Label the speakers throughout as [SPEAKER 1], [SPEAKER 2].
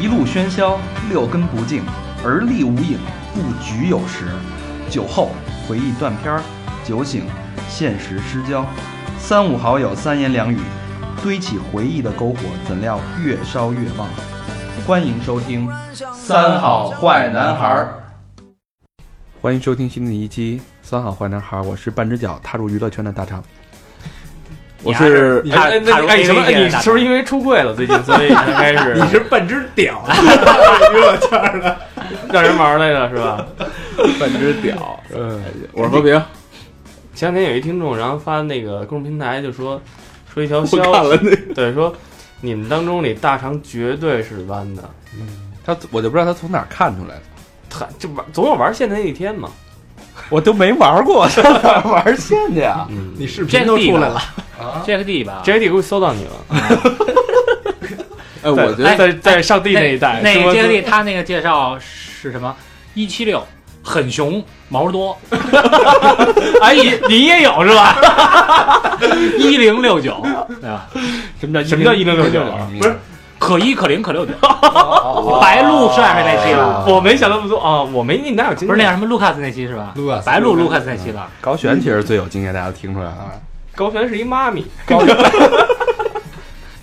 [SPEAKER 1] 一路喧嚣，六根不净，而立无影，不局有时。酒后回忆断片儿，酒醒现实失焦。三五好友三言两语，堆起回忆的篝火，怎料越烧越旺。欢迎收听《三好坏男孩儿》。
[SPEAKER 2] 欢迎收听新的一期《三好坏男孩》，我是半只脚踏入娱乐圈的大肠。我是
[SPEAKER 3] 你哎，那哎，你什么？哎你是不是因为出柜了最近，所以应该是你是
[SPEAKER 4] 半只屌，
[SPEAKER 2] 啊
[SPEAKER 3] 让人玩来着是吧？
[SPEAKER 4] 半只屌。
[SPEAKER 2] 嗯，
[SPEAKER 4] 我是和平，
[SPEAKER 3] 前两天有一听众，然后发那个公众平台就说说一条
[SPEAKER 4] 我看
[SPEAKER 3] 消息，
[SPEAKER 4] 了那
[SPEAKER 3] 对，说你们当中里大肠绝对是弯的，
[SPEAKER 2] 他我就不知道他从哪儿看出来的，
[SPEAKER 3] 他就玩总有玩线的那一天嘛。
[SPEAKER 2] 我都没玩过，他哪儿玩线去啊？
[SPEAKER 3] 嗯
[SPEAKER 4] 你视频
[SPEAKER 5] Jack
[SPEAKER 4] 都
[SPEAKER 5] D
[SPEAKER 4] 出来了
[SPEAKER 5] 吧。，Jack D 吧，
[SPEAKER 3] ，J D 估计搜到你了，
[SPEAKER 4] 哎，我觉
[SPEAKER 3] 在
[SPEAKER 4] 得
[SPEAKER 3] 在在上帝那一代，
[SPEAKER 5] 哎那
[SPEAKER 3] 是
[SPEAKER 5] 个
[SPEAKER 3] 吗
[SPEAKER 5] Jack D 他那个介绍是什么？一七六，很熊，毛多。哎，你你也有是吧？一零六九，对吧？
[SPEAKER 3] 什么叫什么叫一零六啊九？
[SPEAKER 2] 不是，
[SPEAKER 5] 可一可零可六九， 白鹿算是那期了，
[SPEAKER 3] 我没想那么多啊，我没你哪有经
[SPEAKER 5] 不是那
[SPEAKER 3] 验？
[SPEAKER 5] 叫什么 Lucas 那期是吧？
[SPEAKER 4] 卢卡斯
[SPEAKER 5] 白鹿 Lucas 那期了，
[SPEAKER 2] 高璇其实最有经验，大家都听出来啊了。
[SPEAKER 3] 高璇是一妈咪，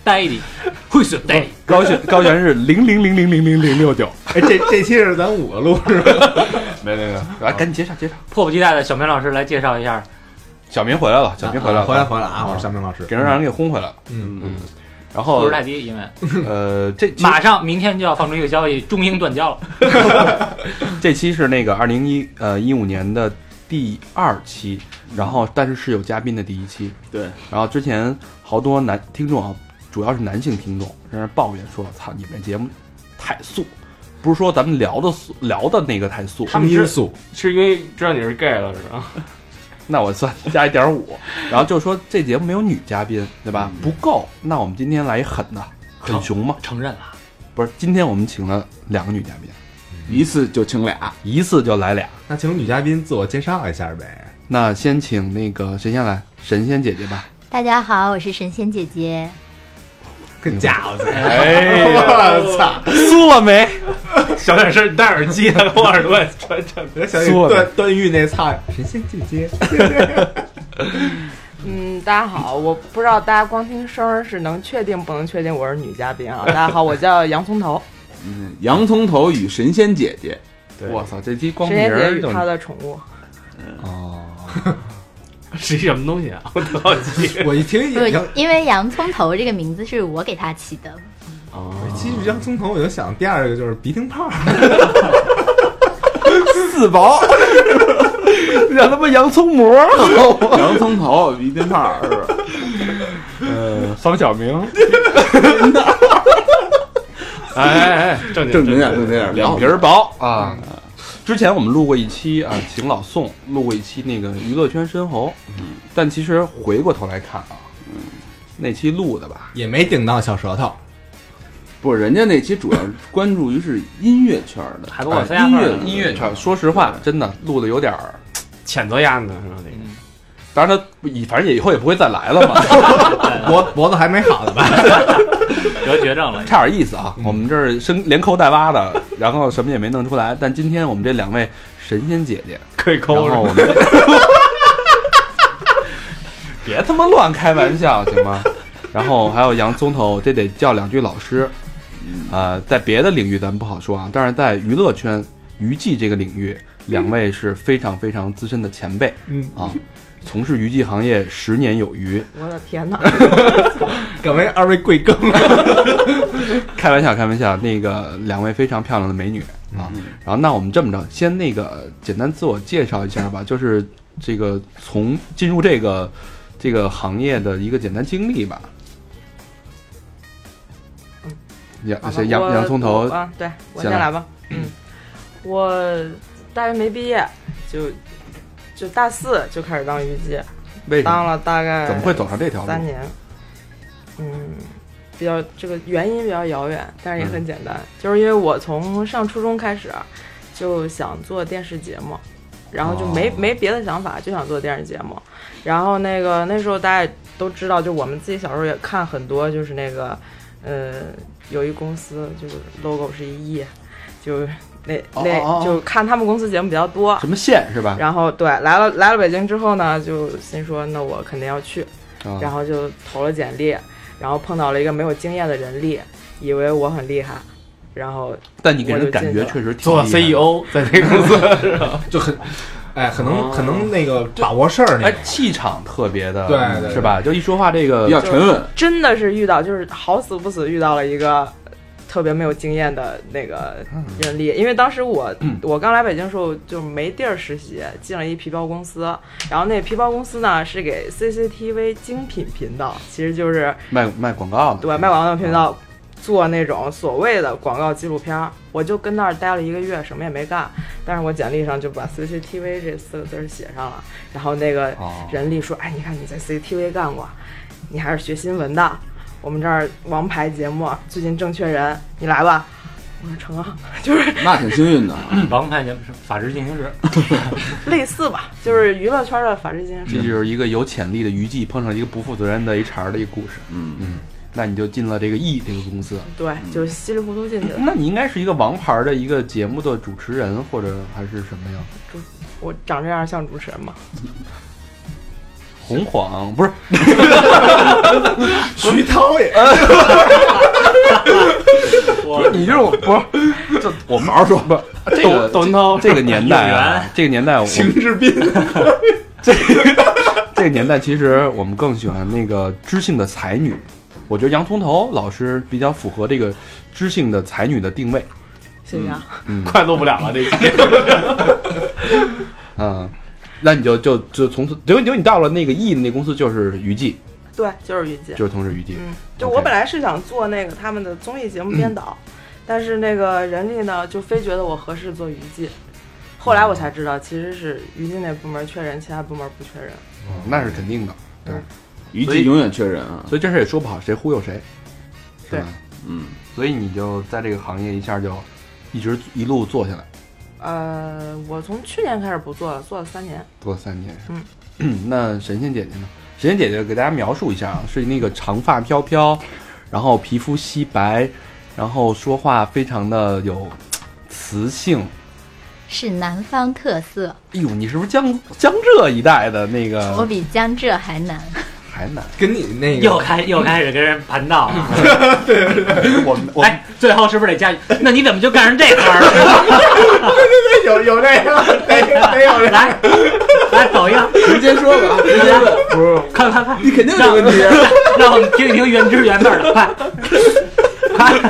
[SPEAKER 5] Daddy，会选 Daddy，
[SPEAKER 2] 高璇高璇是零零零零零零零六九。
[SPEAKER 4] 哎，这这期是咱五个录是吧？
[SPEAKER 2] 没没没，来赶紧介绍介绍。
[SPEAKER 5] 迫不及待的小明老师来介绍一下。
[SPEAKER 2] 小明回来了，小明回来了，
[SPEAKER 4] 回来回来啊！
[SPEAKER 2] 嗯
[SPEAKER 4] 我是小明老师，
[SPEAKER 2] 给人让人给轰回来了。
[SPEAKER 4] 嗯，
[SPEAKER 2] 嗯，然
[SPEAKER 5] 不
[SPEAKER 2] 后
[SPEAKER 5] 是太低，因为
[SPEAKER 2] 呃，这期
[SPEAKER 5] 马上明天就要放出一个消息，中英断交了。
[SPEAKER 2] 这期是那个二零一呃一五年的第二期，然后但是是有嘉宾的第一期。
[SPEAKER 4] 对，
[SPEAKER 2] 然后之前好多男听众啊，主要是男性听众在那抱怨说：“操，你们这节目太素。”不是说咱们聊的素，聊的那个太素，
[SPEAKER 3] 他们
[SPEAKER 4] 因
[SPEAKER 3] 是
[SPEAKER 4] 素
[SPEAKER 3] 是因为知道你是 gay 了是吧？
[SPEAKER 2] 那我算加一点五，然后就说这节目没有女嘉宾，对吧？
[SPEAKER 4] 嗯
[SPEAKER 2] 不够，那我们今天来一狠的，很熊嘛？
[SPEAKER 5] 承认了，
[SPEAKER 2] 不是，今天我们请了两个女嘉宾，
[SPEAKER 4] 一次就请俩。
[SPEAKER 2] 一次就来俩。
[SPEAKER 6] 那请女嘉宾自我介绍一下呗。
[SPEAKER 2] 那先请那个谁先来？神仙姐姐吧。
[SPEAKER 7] 大家好，我是神仙姐姐。
[SPEAKER 2] 嗯
[SPEAKER 6] 跟家伙子，
[SPEAKER 2] 哎，
[SPEAKER 6] 我操！
[SPEAKER 2] 酥了没？
[SPEAKER 3] 小点声，你戴耳机，他我耳朵也穿着。
[SPEAKER 6] 小雨
[SPEAKER 2] 缩的
[SPEAKER 6] 段段誉那菜，神仙姐姐，
[SPEAKER 8] 嗯，大家好，我不知道大家光听声儿是能确定不能确定我是女嘉宾啊。大家好，我叫洋 葱头，
[SPEAKER 4] 洋葱头与神仙姐姐，
[SPEAKER 2] 我操，这鸡光
[SPEAKER 8] 神
[SPEAKER 2] 名
[SPEAKER 8] 仙姐
[SPEAKER 2] 儿
[SPEAKER 8] 与
[SPEAKER 2] 就
[SPEAKER 8] 她的宠物。
[SPEAKER 3] 是一什么东西啊？我特好奇。
[SPEAKER 6] 我一听
[SPEAKER 4] 哎
[SPEAKER 7] 不
[SPEAKER 6] 洋，，
[SPEAKER 7] 因为洋葱头这个名字是我给他起的。
[SPEAKER 6] 其实洋葱头，我就想第二个就是鼻涕泡，
[SPEAKER 2] 四薄， 让他妈洋葱 膜。
[SPEAKER 4] 洋葱头鼻涕泡儿是吧？
[SPEAKER 2] 呃，方小明，
[SPEAKER 3] 哎哎哎，正
[SPEAKER 4] 正
[SPEAKER 3] 经
[SPEAKER 4] 经点，正经点，
[SPEAKER 2] 脸皮儿薄啊。之前我们录过一期啊，请老宋录过一期那个娱乐圈深喉，但其实回过头来看啊，那期录的吧，
[SPEAKER 6] 也没顶到小舌头。
[SPEAKER 4] 不是，人家那期主要关注于是音 乐圈的，
[SPEAKER 5] 还给我塞牙
[SPEAKER 2] 哎音
[SPEAKER 5] 缝儿
[SPEAKER 2] 乐
[SPEAKER 5] 呢。
[SPEAKER 2] 音乐圈，说实话，真的录的有点儿。
[SPEAKER 3] 谴责丫呢是吧？这
[SPEAKER 2] 当然他以反正也以后也不会再来了 嘛，
[SPEAKER 6] 脖脖子还没好呢吧？
[SPEAKER 5] 得绝症了。
[SPEAKER 2] 差点意思啊！
[SPEAKER 6] 嗯
[SPEAKER 2] 我们这儿生连抠带挖 的，然后什么也没弄出来。但今天我们这两位神仙姐姐，
[SPEAKER 3] 个可以
[SPEAKER 2] 然
[SPEAKER 3] 抠是
[SPEAKER 2] 后我
[SPEAKER 3] 吧？
[SPEAKER 2] 们 别他妈乱开玩笑行吗？然后还有洋葱头，这得叫两句老师。
[SPEAKER 6] 嗯
[SPEAKER 2] 呃，在别的领域咱们不好说啊，但是在娱乐圈娱记这个领域，两位是非常非常资深的前辈
[SPEAKER 6] 嗯，
[SPEAKER 2] 啊，从事娱记行业十年有余。
[SPEAKER 8] 我的天 哪！
[SPEAKER 6] 各位二位贵庚了？
[SPEAKER 2] 开玩笑，开玩笑。那个两位非常漂亮的美女啊，然后那我们这么着，先那个简单自我介绍一下吧，就是这个从进入这个这个行业的一个简单经历吧。洋
[SPEAKER 8] 好嗯吧
[SPEAKER 2] 先洋
[SPEAKER 8] 我
[SPEAKER 2] 洋啊葱头
[SPEAKER 8] 我啊，对我
[SPEAKER 2] 先
[SPEAKER 8] 先
[SPEAKER 2] 来
[SPEAKER 8] 来吧。嗯，我大学没毕业就就大四就开始当娱记，
[SPEAKER 2] 为什
[SPEAKER 8] 当
[SPEAKER 2] 么
[SPEAKER 8] 了大概
[SPEAKER 2] 哎怎么会走上这条
[SPEAKER 8] 三
[SPEAKER 2] 路？
[SPEAKER 8] 年，嗯，比较这个原因比较遥远，但是也
[SPEAKER 2] 嗯
[SPEAKER 8] 很简单，就是因为我从上初中开始就想做电视节目，然后就
[SPEAKER 2] 哦
[SPEAKER 8] 没、没别的想法，就想做电视节目。然后那个那时候大家也都知道，就我们自己小时候也看很多，就是那个呃，有一公司就是 logo 是一亿，就那
[SPEAKER 2] 哦
[SPEAKER 8] 那
[SPEAKER 2] 哦哦
[SPEAKER 8] 就看他们公司节目比较多。
[SPEAKER 2] 什么县是吧？
[SPEAKER 8] 然后对来了来了北京之后呢，就心说那我肯定要去，
[SPEAKER 2] 啊
[SPEAKER 8] 然后就投了简历，然后碰到了一个没有经验的人力，以为我很厉害，然后
[SPEAKER 2] 但你给
[SPEAKER 8] 我
[SPEAKER 2] 人
[SPEAKER 8] 就
[SPEAKER 2] 感
[SPEAKER 8] 进去
[SPEAKER 2] 觉
[SPEAKER 8] 了
[SPEAKER 2] 确实挺
[SPEAKER 3] 做 E
[SPEAKER 2] 厉害的
[SPEAKER 3] CEO 在这个公司是吧？
[SPEAKER 6] 就很，哎，很能
[SPEAKER 3] 哦
[SPEAKER 6] 很能那个把握事儿那
[SPEAKER 2] 哎
[SPEAKER 6] 种，，
[SPEAKER 2] 气场特别的，
[SPEAKER 6] 对对对
[SPEAKER 2] 是吧？就一说话这个
[SPEAKER 4] 比较沉稳。
[SPEAKER 8] 真的是遇到，就是好死不死遇到了一个特别没有经验的那个人力，因为当时我我刚来北京的时候就没地儿实习，进了一皮包公司，然后那皮包公司呢是给 CCTV 精品频道，其实就是
[SPEAKER 2] 卖卖广告的，
[SPEAKER 8] 对卖广告频道做那种所谓的广告纪录片儿，我就跟那儿待了一个月，什么也没干，但是我简历上就把 CCTV 这四个字儿写上了，然后那个
[SPEAKER 2] 哦
[SPEAKER 8] 人力说，哎，你看你在 CCTV 干过，你还是学新闻的，我们这儿王牌节目最近正缺人，你来吧。我说成啊，就是
[SPEAKER 4] 那挺幸运的啊。
[SPEAKER 5] 王牌节目是《法制进行时》，
[SPEAKER 8] 类似吧，就是娱乐圈的法制进行
[SPEAKER 2] 这
[SPEAKER 8] 时。
[SPEAKER 2] 就是一个有潜力的娱记碰上一个不负责任的 HR 的一个故事。
[SPEAKER 4] 嗯
[SPEAKER 2] 嗯，那你就进了这个 E 这个公司，
[SPEAKER 8] 对，就是稀里糊涂进去的。
[SPEAKER 2] 那你应该是一个王牌的一个节目的主持人，或者还是什么呀？
[SPEAKER 8] 我长这样像主持人吗？
[SPEAKER 2] 红黄不是
[SPEAKER 6] 徐涛也
[SPEAKER 2] 不是，你就是我不是，这我们好好说吧。 这个
[SPEAKER 3] 窦文涛
[SPEAKER 2] 这个年代
[SPEAKER 3] 演
[SPEAKER 2] 啊
[SPEAKER 3] 员，
[SPEAKER 2] 这个年代我
[SPEAKER 6] 邢志斌，
[SPEAKER 2] 这个年代其实我们更喜欢那个知性的才女。我觉得洋葱头老师比较符合这个知性的才女的定位。
[SPEAKER 8] 谢谢啊。
[SPEAKER 3] 快录不了
[SPEAKER 6] 啊
[SPEAKER 3] 了，这个
[SPEAKER 2] 嗯，那你就就就从此，结果结果你到了那个 E 那公司就是娱记，
[SPEAKER 8] 对，就是于姐。
[SPEAKER 2] 就是从事娱记。
[SPEAKER 8] 嗯，就
[SPEAKER 2] OK 嗯
[SPEAKER 8] 我本来是想做那个他们的综艺节目编导，但是那个人力呢，就非觉得我合适做娱记。后来我才知道，其实是娱记那部门缺人，其他部门不缺人。
[SPEAKER 2] 那是肯定的。
[SPEAKER 4] 虞
[SPEAKER 2] 所以
[SPEAKER 4] 姬永远缺人啊。
[SPEAKER 2] 嗯所以这事儿也说不好谁忽悠谁，是吧？
[SPEAKER 4] 嗯，
[SPEAKER 2] 所以你就在这个行业一下就一直一路做下来，
[SPEAKER 8] 呃，我从去年开始不做了，做了三年。
[SPEAKER 2] 做了三年。嗯， 那神仙姐姐呢？神仙姐姐给大家描述一下啊，是那个长发飘飘，然后皮肤皙白，然后说话非常的有磁性。
[SPEAKER 7] 是南方特色，
[SPEAKER 2] 哎呦，你是不是江江浙一带的那
[SPEAKER 4] 嗯
[SPEAKER 7] 我
[SPEAKER 2] 个
[SPEAKER 7] 比江浙还南。
[SPEAKER 4] 啊
[SPEAKER 2] 海南？
[SPEAKER 6] 跟你那
[SPEAKER 5] 又
[SPEAKER 6] 个
[SPEAKER 5] 开又开始跟人盘道了。
[SPEAKER 2] 我我
[SPEAKER 5] 哎，最后是不是得加一？那你怎么就干成这行了？
[SPEAKER 6] 有有这个，得得有这个，
[SPEAKER 5] 来来走一个，
[SPEAKER 4] 直接说吧，直接问，不是，
[SPEAKER 5] 快快快！
[SPEAKER 4] 你肯定有问题。
[SPEAKER 5] 让我们听一听原汁原味儿的，快快！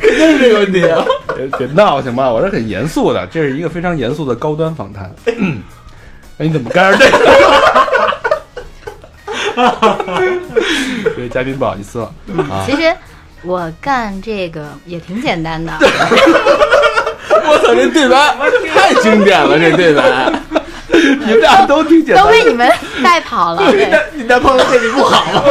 [SPEAKER 2] 别 别闹行吗？我是很严肃的，这是一个非常严肃的高端访谈。 哎，你怎么干上这个？ 这位嘉宾不好意思了啊！
[SPEAKER 7] 其实我干这个也挺简单 的，
[SPEAKER 4] 我操，这对白太经典了，这对白。
[SPEAKER 2] 你们俩都挺简单
[SPEAKER 7] 都，被你们带跑
[SPEAKER 2] 啊
[SPEAKER 7] 了。对
[SPEAKER 6] 你男朋友对你不好吗？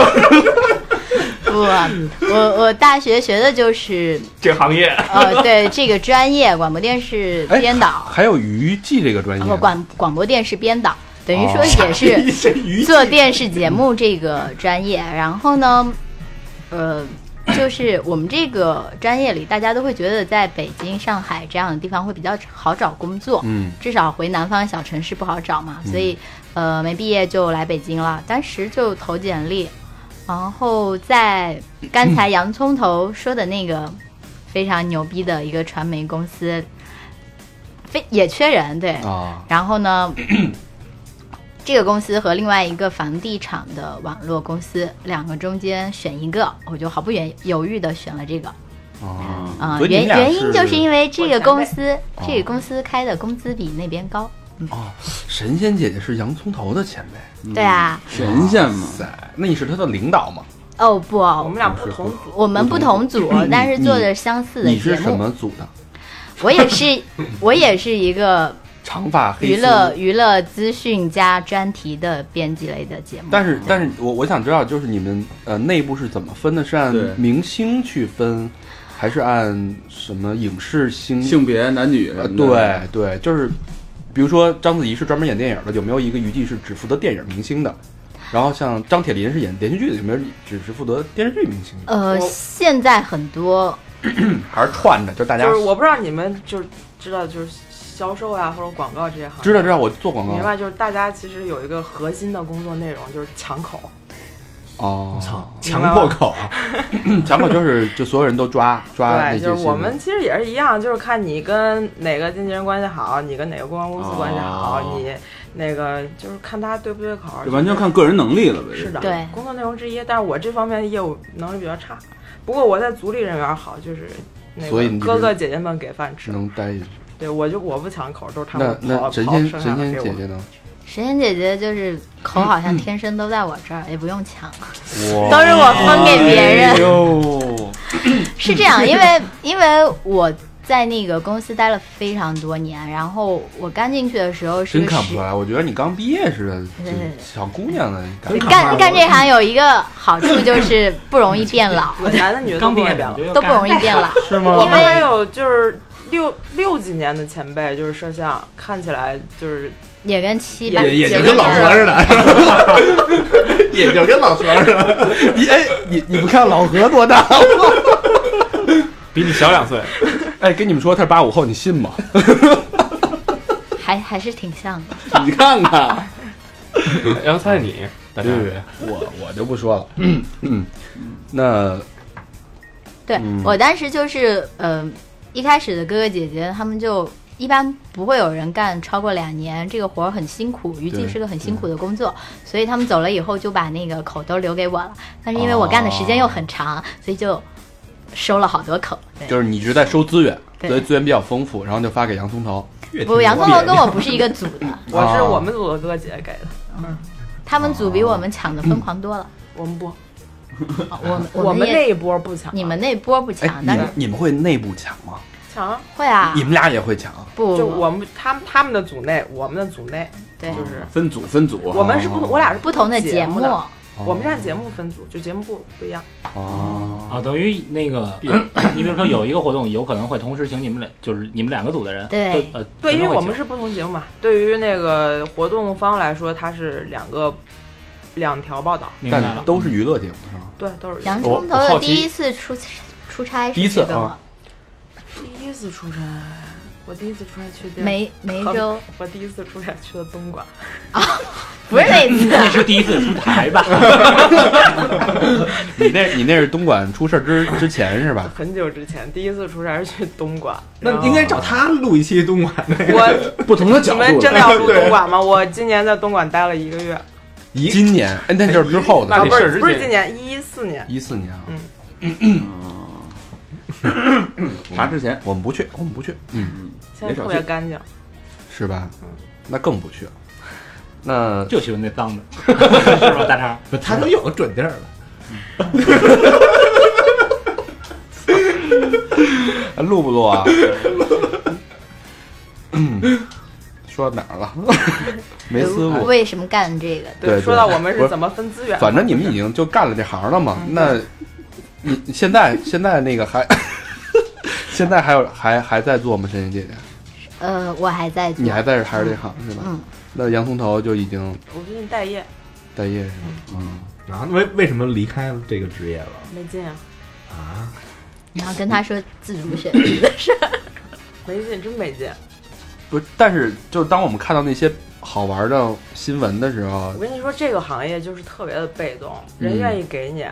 [SPEAKER 7] 不，我我大学学的就是
[SPEAKER 5] 这行业
[SPEAKER 7] 呃，对这个专业，广播电视
[SPEAKER 2] 哎
[SPEAKER 7] 编导，啊
[SPEAKER 2] 还有娱记这个专业
[SPEAKER 7] 然后广广播电视编导，等于说
[SPEAKER 2] 哦
[SPEAKER 7] 也 是做电视节目这个专业。然后呢，呃，就是我们这个专业里，大家都会觉得在北京、上海这样的地方会比较好找工作，
[SPEAKER 2] 嗯，
[SPEAKER 7] 至少回南方小城市不好找嘛，所以呃，没毕业就来北京了，当时就投简历，然后在刚才洋葱头说的那个非常牛逼的一个传媒公司，非也缺人对，
[SPEAKER 2] 啊，
[SPEAKER 7] 然后呢， 这个公司和另外一个房地产的网络公司，两个中间选一个，我就毫不犹犹豫的选了这个。
[SPEAKER 4] 嗯
[SPEAKER 2] 哦
[SPEAKER 7] 啊、
[SPEAKER 2] 所以
[SPEAKER 7] 原
[SPEAKER 2] 你们俩
[SPEAKER 7] 原
[SPEAKER 2] 是
[SPEAKER 7] 因就是因为这个公司，
[SPEAKER 2] 哦
[SPEAKER 7] 这个公司开的工资比那边高。
[SPEAKER 2] 神仙姐姐是洋葱头的前辈，
[SPEAKER 7] 对啊，
[SPEAKER 4] 神仙嘛，
[SPEAKER 2] 塞，那你是他的领导吗？
[SPEAKER 7] 哦不，
[SPEAKER 8] 我们俩不同组，
[SPEAKER 7] 我们不同组，但是做着相似的
[SPEAKER 2] 你是
[SPEAKER 7] 节
[SPEAKER 2] 什
[SPEAKER 7] 目。
[SPEAKER 2] 么组的？
[SPEAKER 7] 我也 是，我也是一个
[SPEAKER 2] 长发黑
[SPEAKER 7] 娱
[SPEAKER 2] 丝
[SPEAKER 7] 乐娱乐资讯加专题的编辑类的节目。
[SPEAKER 2] 但是，但是我我想知道，就是你们呃内部是怎么分的？是按
[SPEAKER 4] 对
[SPEAKER 2] 明星去分，还是按什么影视星？
[SPEAKER 4] 性别、男女什
[SPEAKER 2] 呃，
[SPEAKER 4] 么的
[SPEAKER 2] 对对，就是比如说章子怡是专门演电影的，有没有一个娱记是只负责电影明星的？然后像张铁林是演连续剧的，有没有只是负责电视剧明星？
[SPEAKER 7] 呃，现在很多
[SPEAKER 2] 还是串着，就大家
[SPEAKER 8] 就是我不知道你们就是知道就是销售呀、或者广告这些行业，
[SPEAKER 2] 知道知道我做广
[SPEAKER 8] 明
[SPEAKER 2] 告
[SPEAKER 8] 白就是大家其实有一个核心的工作内容就是抢口，
[SPEAKER 2] 哦，
[SPEAKER 6] 操，强迫口，啊
[SPEAKER 2] 强迫就是就所有人都抓 抓那
[SPEAKER 8] 对，
[SPEAKER 2] 些
[SPEAKER 8] 就是
[SPEAKER 2] 新
[SPEAKER 8] 我
[SPEAKER 2] 闻
[SPEAKER 8] 们其实也是一样，就是看你跟哪个经纪人关系好，你跟哪个公关公司关系好，
[SPEAKER 2] 哦
[SPEAKER 8] 你那个就是看他对不对口儿，
[SPEAKER 4] 这完全看个人能力了呗。
[SPEAKER 8] 是
[SPEAKER 4] 这
[SPEAKER 8] 的，
[SPEAKER 7] 对
[SPEAKER 8] 工作内容之一。但是我这方面业务能力比较差，不过我在组里人缘好，就是那
[SPEAKER 2] 所以你
[SPEAKER 8] 个
[SPEAKER 2] 就是
[SPEAKER 8] 哥哥姐姐们给饭
[SPEAKER 2] 只。
[SPEAKER 8] 吃
[SPEAKER 2] 能待。
[SPEAKER 8] 对，我就我不抢口，都是他
[SPEAKER 2] 那
[SPEAKER 8] 们跑
[SPEAKER 2] 那神
[SPEAKER 8] 跑
[SPEAKER 2] 仙
[SPEAKER 8] 剩下
[SPEAKER 2] 神
[SPEAKER 8] 的
[SPEAKER 2] 仙
[SPEAKER 8] 给
[SPEAKER 2] 姐
[SPEAKER 8] 我。
[SPEAKER 2] 姐呢？
[SPEAKER 7] 神仙姐姐就是口好像天生都在我这儿，也不用抢，
[SPEAKER 2] 哇，
[SPEAKER 7] 都是 我分给别人。
[SPEAKER 2] 哟，
[SPEAKER 7] 是这样，因为因为我在那个公司待了非常多年，然后我刚进去的时候是
[SPEAKER 2] 真
[SPEAKER 7] 个
[SPEAKER 2] 看
[SPEAKER 7] 实嗯
[SPEAKER 2] 不出来，我觉得你刚毕业似的，
[SPEAKER 7] 对
[SPEAKER 2] 就
[SPEAKER 7] 对对
[SPEAKER 2] 小姑娘的感
[SPEAKER 7] 对
[SPEAKER 2] 觉。
[SPEAKER 7] 干干这行有一个好处就是不容易变老，
[SPEAKER 8] 男的女的都
[SPEAKER 5] 刚
[SPEAKER 8] 不
[SPEAKER 5] 毕
[SPEAKER 8] 会
[SPEAKER 5] 业
[SPEAKER 8] 聊。
[SPEAKER 7] 都不容易变老。
[SPEAKER 2] 是
[SPEAKER 8] 我
[SPEAKER 7] 因
[SPEAKER 8] 们
[SPEAKER 7] 为
[SPEAKER 8] 还有就是六六几年的前辈，就是摄像，看起来就是
[SPEAKER 7] 也跟七八
[SPEAKER 6] 也也就
[SPEAKER 7] 也
[SPEAKER 6] 跟老何似的，是 吧？也就跟老何似的。
[SPEAKER 2] 你哎，你你不看老何多大？
[SPEAKER 3] 比你小两岁，
[SPEAKER 2] 哎，跟你们说他是八五后，你信吗？
[SPEAKER 7] 还还是挺像的。
[SPEAKER 2] 你看看，
[SPEAKER 3] 然后猜你，大家
[SPEAKER 2] 我我就不说了。嗯，那
[SPEAKER 7] 对、
[SPEAKER 2] 嗯
[SPEAKER 7] 我当时就是，呃，一开始的哥哥姐姐他们就一般不会有人干超过两年，这个活儿很辛苦，娱记
[SPEAKER 2] 对
[SPEAKER 7] 是个很辛苦的工作，所以他们走了以后就把那个口都留给我了。但是因为我干的时间又很长，所以就收了好多口。对
[SPEAKER 2] 哦就是你一直在收资源，
[SPEAKER 7] 对
[SPEAKER 2] 所以资源比较丰富，然后就发给洋葱头。
[SPEAKER 7] 不，杨宗龙跟我不是一个组 的，
[SPEAKER 8] 我是
[SPEAKER 6] 哦
[SPEAKER 8] 我们组的哥哥姐姐给的，
[SPEAKER 7] 他们组比我们抢的
[SPEAKER 2] 嗯
[SPEAKER 7] 疯狂多了。
[SPEAKER 8] 我们不，
[SPEAKER 7] 啊我们
[SPEAKER 8] 嗯我们
[SPEAKER 7] 们
[SPEAKER 8] 那
[SPEAKER 7] 也
[SPEAKER 8] 一波不抢，
[SPEAKER 7] 你们啊那波不
[SPEAKER 2] 哎，
[SPEAKER 7] 抢，
[SPEAKER 2] 你
[SPEAKER 7] 但是
[SPEAKER 2] 们你们会内部抢吗？
[SPEAKER 8] 抢啊，
[SPEAKER 7] 会啊
[SPEAKER 2] 你，们俩也会抢？啊
[SPEAKER 7] 不
[SPEAKER 8] 就我们他们他们的组内，我们的组内
[SPEAKER 7] 对
[SPEAKER 8] 就是
[SPEAKER 4] 分组分组，
[SPEAKER 8] 我们是不同，我俩是
[SPEAKER 7] 不同的节目
[SPEAKER 8] 目，的，我们是按节目分组，就节目部不一样。
[SPEAKER 2] 哦，
[SPEAKER 5] 啊，等于那个， 你比如说有一个活动，有可能会同时请你们俩，就是你们两个组的人，
[SPEAKER 7] 对
[SPEAKER 5] 都，呃，
[SPEAKER 8] 对，因为
[SPEAKER 5] 可能会
[SPEAKER 8] 我们
[SPEAKER 5] 请
[SPEAKER 8] 是不同节目嘛。对于那个活动方来说，它是两个两条报道，
[SPEAKER 5] 明白
[SPEAKER 2] 但
[SPEAKER 5] 了，
[SPEAKER 2] 都是娱乐节目是吧？
[SPEAKER 8] 对，都是
[SPEAKER 7] 洋
[SPEAKER 2] 我
[SPEAKER 7] 葱头
[SPEAKER 2] 我好
[SPEAKER 7] 的
[SPEAKER 2] 奇
[SPEAKER 7] 第一次出出差是
[SPEAKER 2] 第一次
[SPEAKER 7] 去的
[SPEAKER 2] 啊
[SPEAKER 7] 吗？
[SPEAKER 8] 第一次出差，我第一次出差去的
[SPEAKER 7] 梅梅州，
[SPEAKER 8] 我第一次出差去的东莞，
[SPEAKER 7] 不是那次，
[SPEAKER 5] 那是第一次出台吧？
[SPEAKER 2] 你那你那是东莞出事儿之之前是吧？
[SPEAKER 8] 很久之前第一次出差是去东莞，然
[SPEAKER 6] 那
[SPEAKER 8] 后
[SPEAKER 6] 应该找他录一期东莞的，
[SPEAKER 8] 我
[SPEAKER 4] 不同的
[SPEAKER 8] 你
[SPEAKER 4] 角
[SPEAKER 8] 们
[SPEAKER 4] 度
[SPEAKER 8] 真的
[SPEAKER 4] 的。
[SPEAKER 8] 要住东莞吗？我今年在东莞待了一个月，啊
[SPEAKER 2] 今年，哎，那就是之后的
[SPEAKER 3] 那，你
[SPEAKER 8] 不
[SPEAKER 3] 是
[SPEAKER 8] 是
[SPEAKER 3] 之
[SPEAKER 8] 不是
[SPEAKER 3] 前
[SPEAKER 8] 今年，一四年。
[SPEAKER 2] 一四年啊。
[SPEAKER 8] 嗯
[SPEAKER 4] 啥之前？
[SPEAKER 2] 嗯我们不去，我们不去，
[SPEAKER 4] 嗯，
[SPEAKER 8] 现在特别干净，
[SPEAKER 2] 是吧？那更不去了。那
[SPEAKER 5] 就喜欢那脏的， 是吧，大肠？
[SPEAKER 6] 他都有个准地儿了。
[SPEAKER 2] 哎录不录啊？嗯 说到哪儿了？ 没思路。
[SPEAKER 7] 呃为什么干这个？
[SPEAKER 2] 对对
[SPEAKER 8] 说到我们
[SPEAKER 2] 不
[SPEAKER 8] 是
[SPEAKER 2] 是
[SPEAKER 8] 怎么分资源，
[SPEAKER 2] 反正你们已经就干了这行了嘛，那你你现在现在那个还， 现在还有还还在做吗？神仙姐姐，
[SPEAKER 7] 呃，我还在做
[SPEAKER 2] 你，还在还是这行是吧？
[SPEAKER 7] 嗯，
[SPEAKER 2] 那洋葱头就已经
[SPEAKER 8] 我最近待业
[SPEAKER 2] 待业是吧？嗯，
[SPEAKER 6] 啊，为为什么离开这个职业了？
[SPEAKER 8] 没劲啊，
[SPEAKER 6] 啊，
[SPEAKER 7] 然后跟他说自主 选择的事儿，
[SPEAKER 8] 没劲，真没劲。
[SPEAKER 2] 不是，但是就是当我们看到那些好玩的新闻的时候
[SPEAKER 8] 我，跟你说，这个行业就是特别的被动，
[SPEAKER 2] 嗯
[SPEAKER 8] 人愿意给你，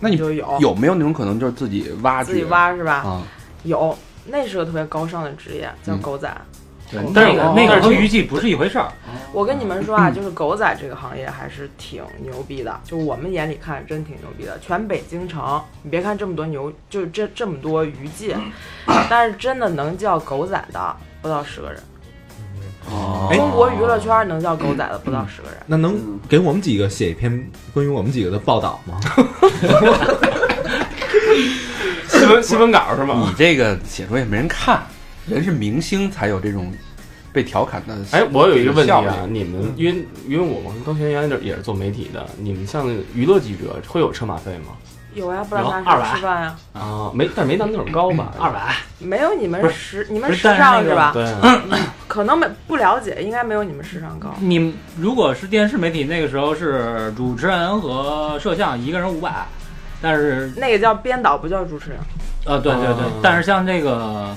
[SPEAKER 2] 那你
[SPEAKER 8] 就有
[SPEAKER 2] 有没有那种可能就是自己挖掘
[SPEAKER 8] 自己挖是吧？
[SPEAKER 2] 啊？
[SPEAKER 8] 有，那是个特别高尚的职业，叫
[SPEAKER 2] 嗯
[SPEAKER 8] 狗仔。
[SPEAKER 5] 对，但是
[SPEAKER 8] 哦
[SPEAKER 5] 那个和娱记不是一回事儿，
[SPEAKER 8] 我跟你们说
[SPEAKER 5] 嗯
[SPEAKER 8] 啊，就是狗仔这个行业还是挺牛逼的，就我们眼里看真挺牛逼的。全北京城，你别看这么多牛，就这这么多娱记，
[SPEAKER 5] 嗯
[SPEAKER 8] 但是真的能叫狗仔的不到十个人。
[SPEAKER 2] 哦
[SPEAKER 5] 哎
[SPEAKER 8] 中国娱乐圈能叫狗仔的不到十个人。
[SPEAKER 6] 那能给我们几个写一篇关于我们几个的报道 吗？
[SPEAKER 3] 新闻新闻稿是吗？
[SPEAKER 2] 你这个写出来也没人看，人是明星才有这种被调侃的。
[SPEAKER 3] 哎，我有一个问题
[SPEAKER 2] 效
[SPEAKER 3] 啊，
[SPEAKER 2] 率
[SPEAKER 3] 你们因为因为我们高璇原来也是做媒体的，你们像娱乐记者会有车马费吗？
[SPEAKER 8] 有啊呀，不然咱
[SPEAKER 5] 嗯有二百
[SPEAKER 8] 是吃饭呀？
[SPEAKER 3] 啊，没，但是没咱们那种高吧？
[SPEAKER 5] 嗯二百，
[SPEAKER 8] 没有你
[SPEAKER 5] 不
[SPEAKER 8] 们
[SPEAKER 5] 是
[SPEAKER 8] 时，你们
[SPEAKER 5] 不
[SPEAKER 8] 时
[SPEAKER 5] 但
[SPEAKER 8] 尚
[SPEAKER 5] 那个
[SPEAKER 8] 吧？
[SPEAKER 5] 对，
[SPEAKER 8] 可能没不了解，应该没有你们时长高。
[SPEAKER 5] 你们如果是电视媒体，那个时候是主持人和摄像一个人五百，但是
[SPEAKER 8] 那个叫编导，不叫主持人。
[SPEAKER 5] 呃，对对对，
[SPEAKER 3] 嗯
[SPEAKER 5] 但是像这个。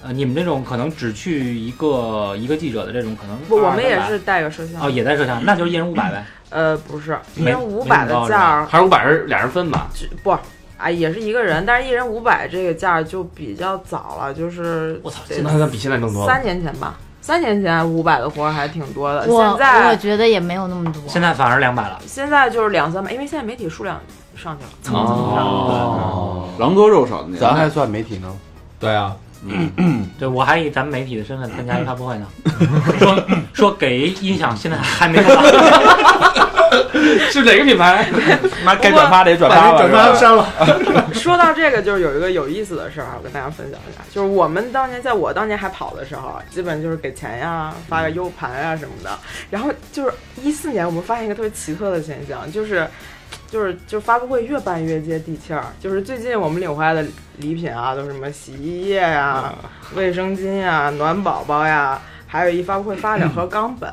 [SPEAKER 5] 呃，你们这种可能只去一个一个记者的这种，可能
[SPEAKER 8] 不，我们
[SPEAKER 5] 200
[SPEAKER 8] 也是带个摄像。
[SPEAKER 5] 哦，也在摄像，那就是一人五百呗。
[SPEAKER 8] 呃，不是，一
[SPEAKER 5] 没
[SPEAKER 8] 人五百
[SPEAKER 5] 没那么高
[SPEAKER 8] 的
[SPEAKER 5] 是吧
[SPEAKER 8] 价儿
[SPEAKER 3] 还是五百人俩人分吧？
[SPEAKER 8] 只不啊，也是一个人，但是一人五百这个价儿就比较早了，就是
[SPEAKER 5] 我操，
[SPEAKER 8] 对
[SPEAKER 5] 现在
[SPEAKER 3] 那那比现在更多了。
[SPEAKER 8] 三年前吧。三年前五百的活儿还挺多的，
[SPEAKER 7] 我
[SPEAKER 8] 现
[SPEAKER 7] 我
[SPEAKER 8] 在
[SPEAKER 7] 觉得也没有那么多。
[SPEAKER 5] 现在反而两百了。
[SPEAKER 8] 现在就是两三百，因为现在媒体数量上去了。
[SPEAKER 2] 哦，
[SPEAKER 4] 狼多肉少的年代，
[SPEAKER 2] 咱还算媒体呢，
[SPEAKER 6] 对啊，
[SPEAKER 5] 对，我还以咱们媒体的身份参加一发布 会呢，说说给音响，现在还没有到。
[SPEAKER 2] 是哪个品牌？妈该
[SPEAKER 8] 不
[SPEAKER 2] 转
[SPEAKER 8] 过
[SPEAKER 2] 发的也转发了，是吧
[SPEAKER 6] 删了。
[SPEAKER 8] 说到这个，就是有一个有意思的事儿啊，我跟大家分享一下。就是我们当年，在我当年还跑的时候，啊基本就是给钱呀、发个 U 盘啊呀什么的。然后就是一四年，我们发现一个特别奇特的现象，就是就是就是发布会越办越接地气儿。就是最近我们领回来的礼品啊，都是什么洗衣液呀、卫生巾呀、暖宝宝呀，还有一发布会发了两盒冈本，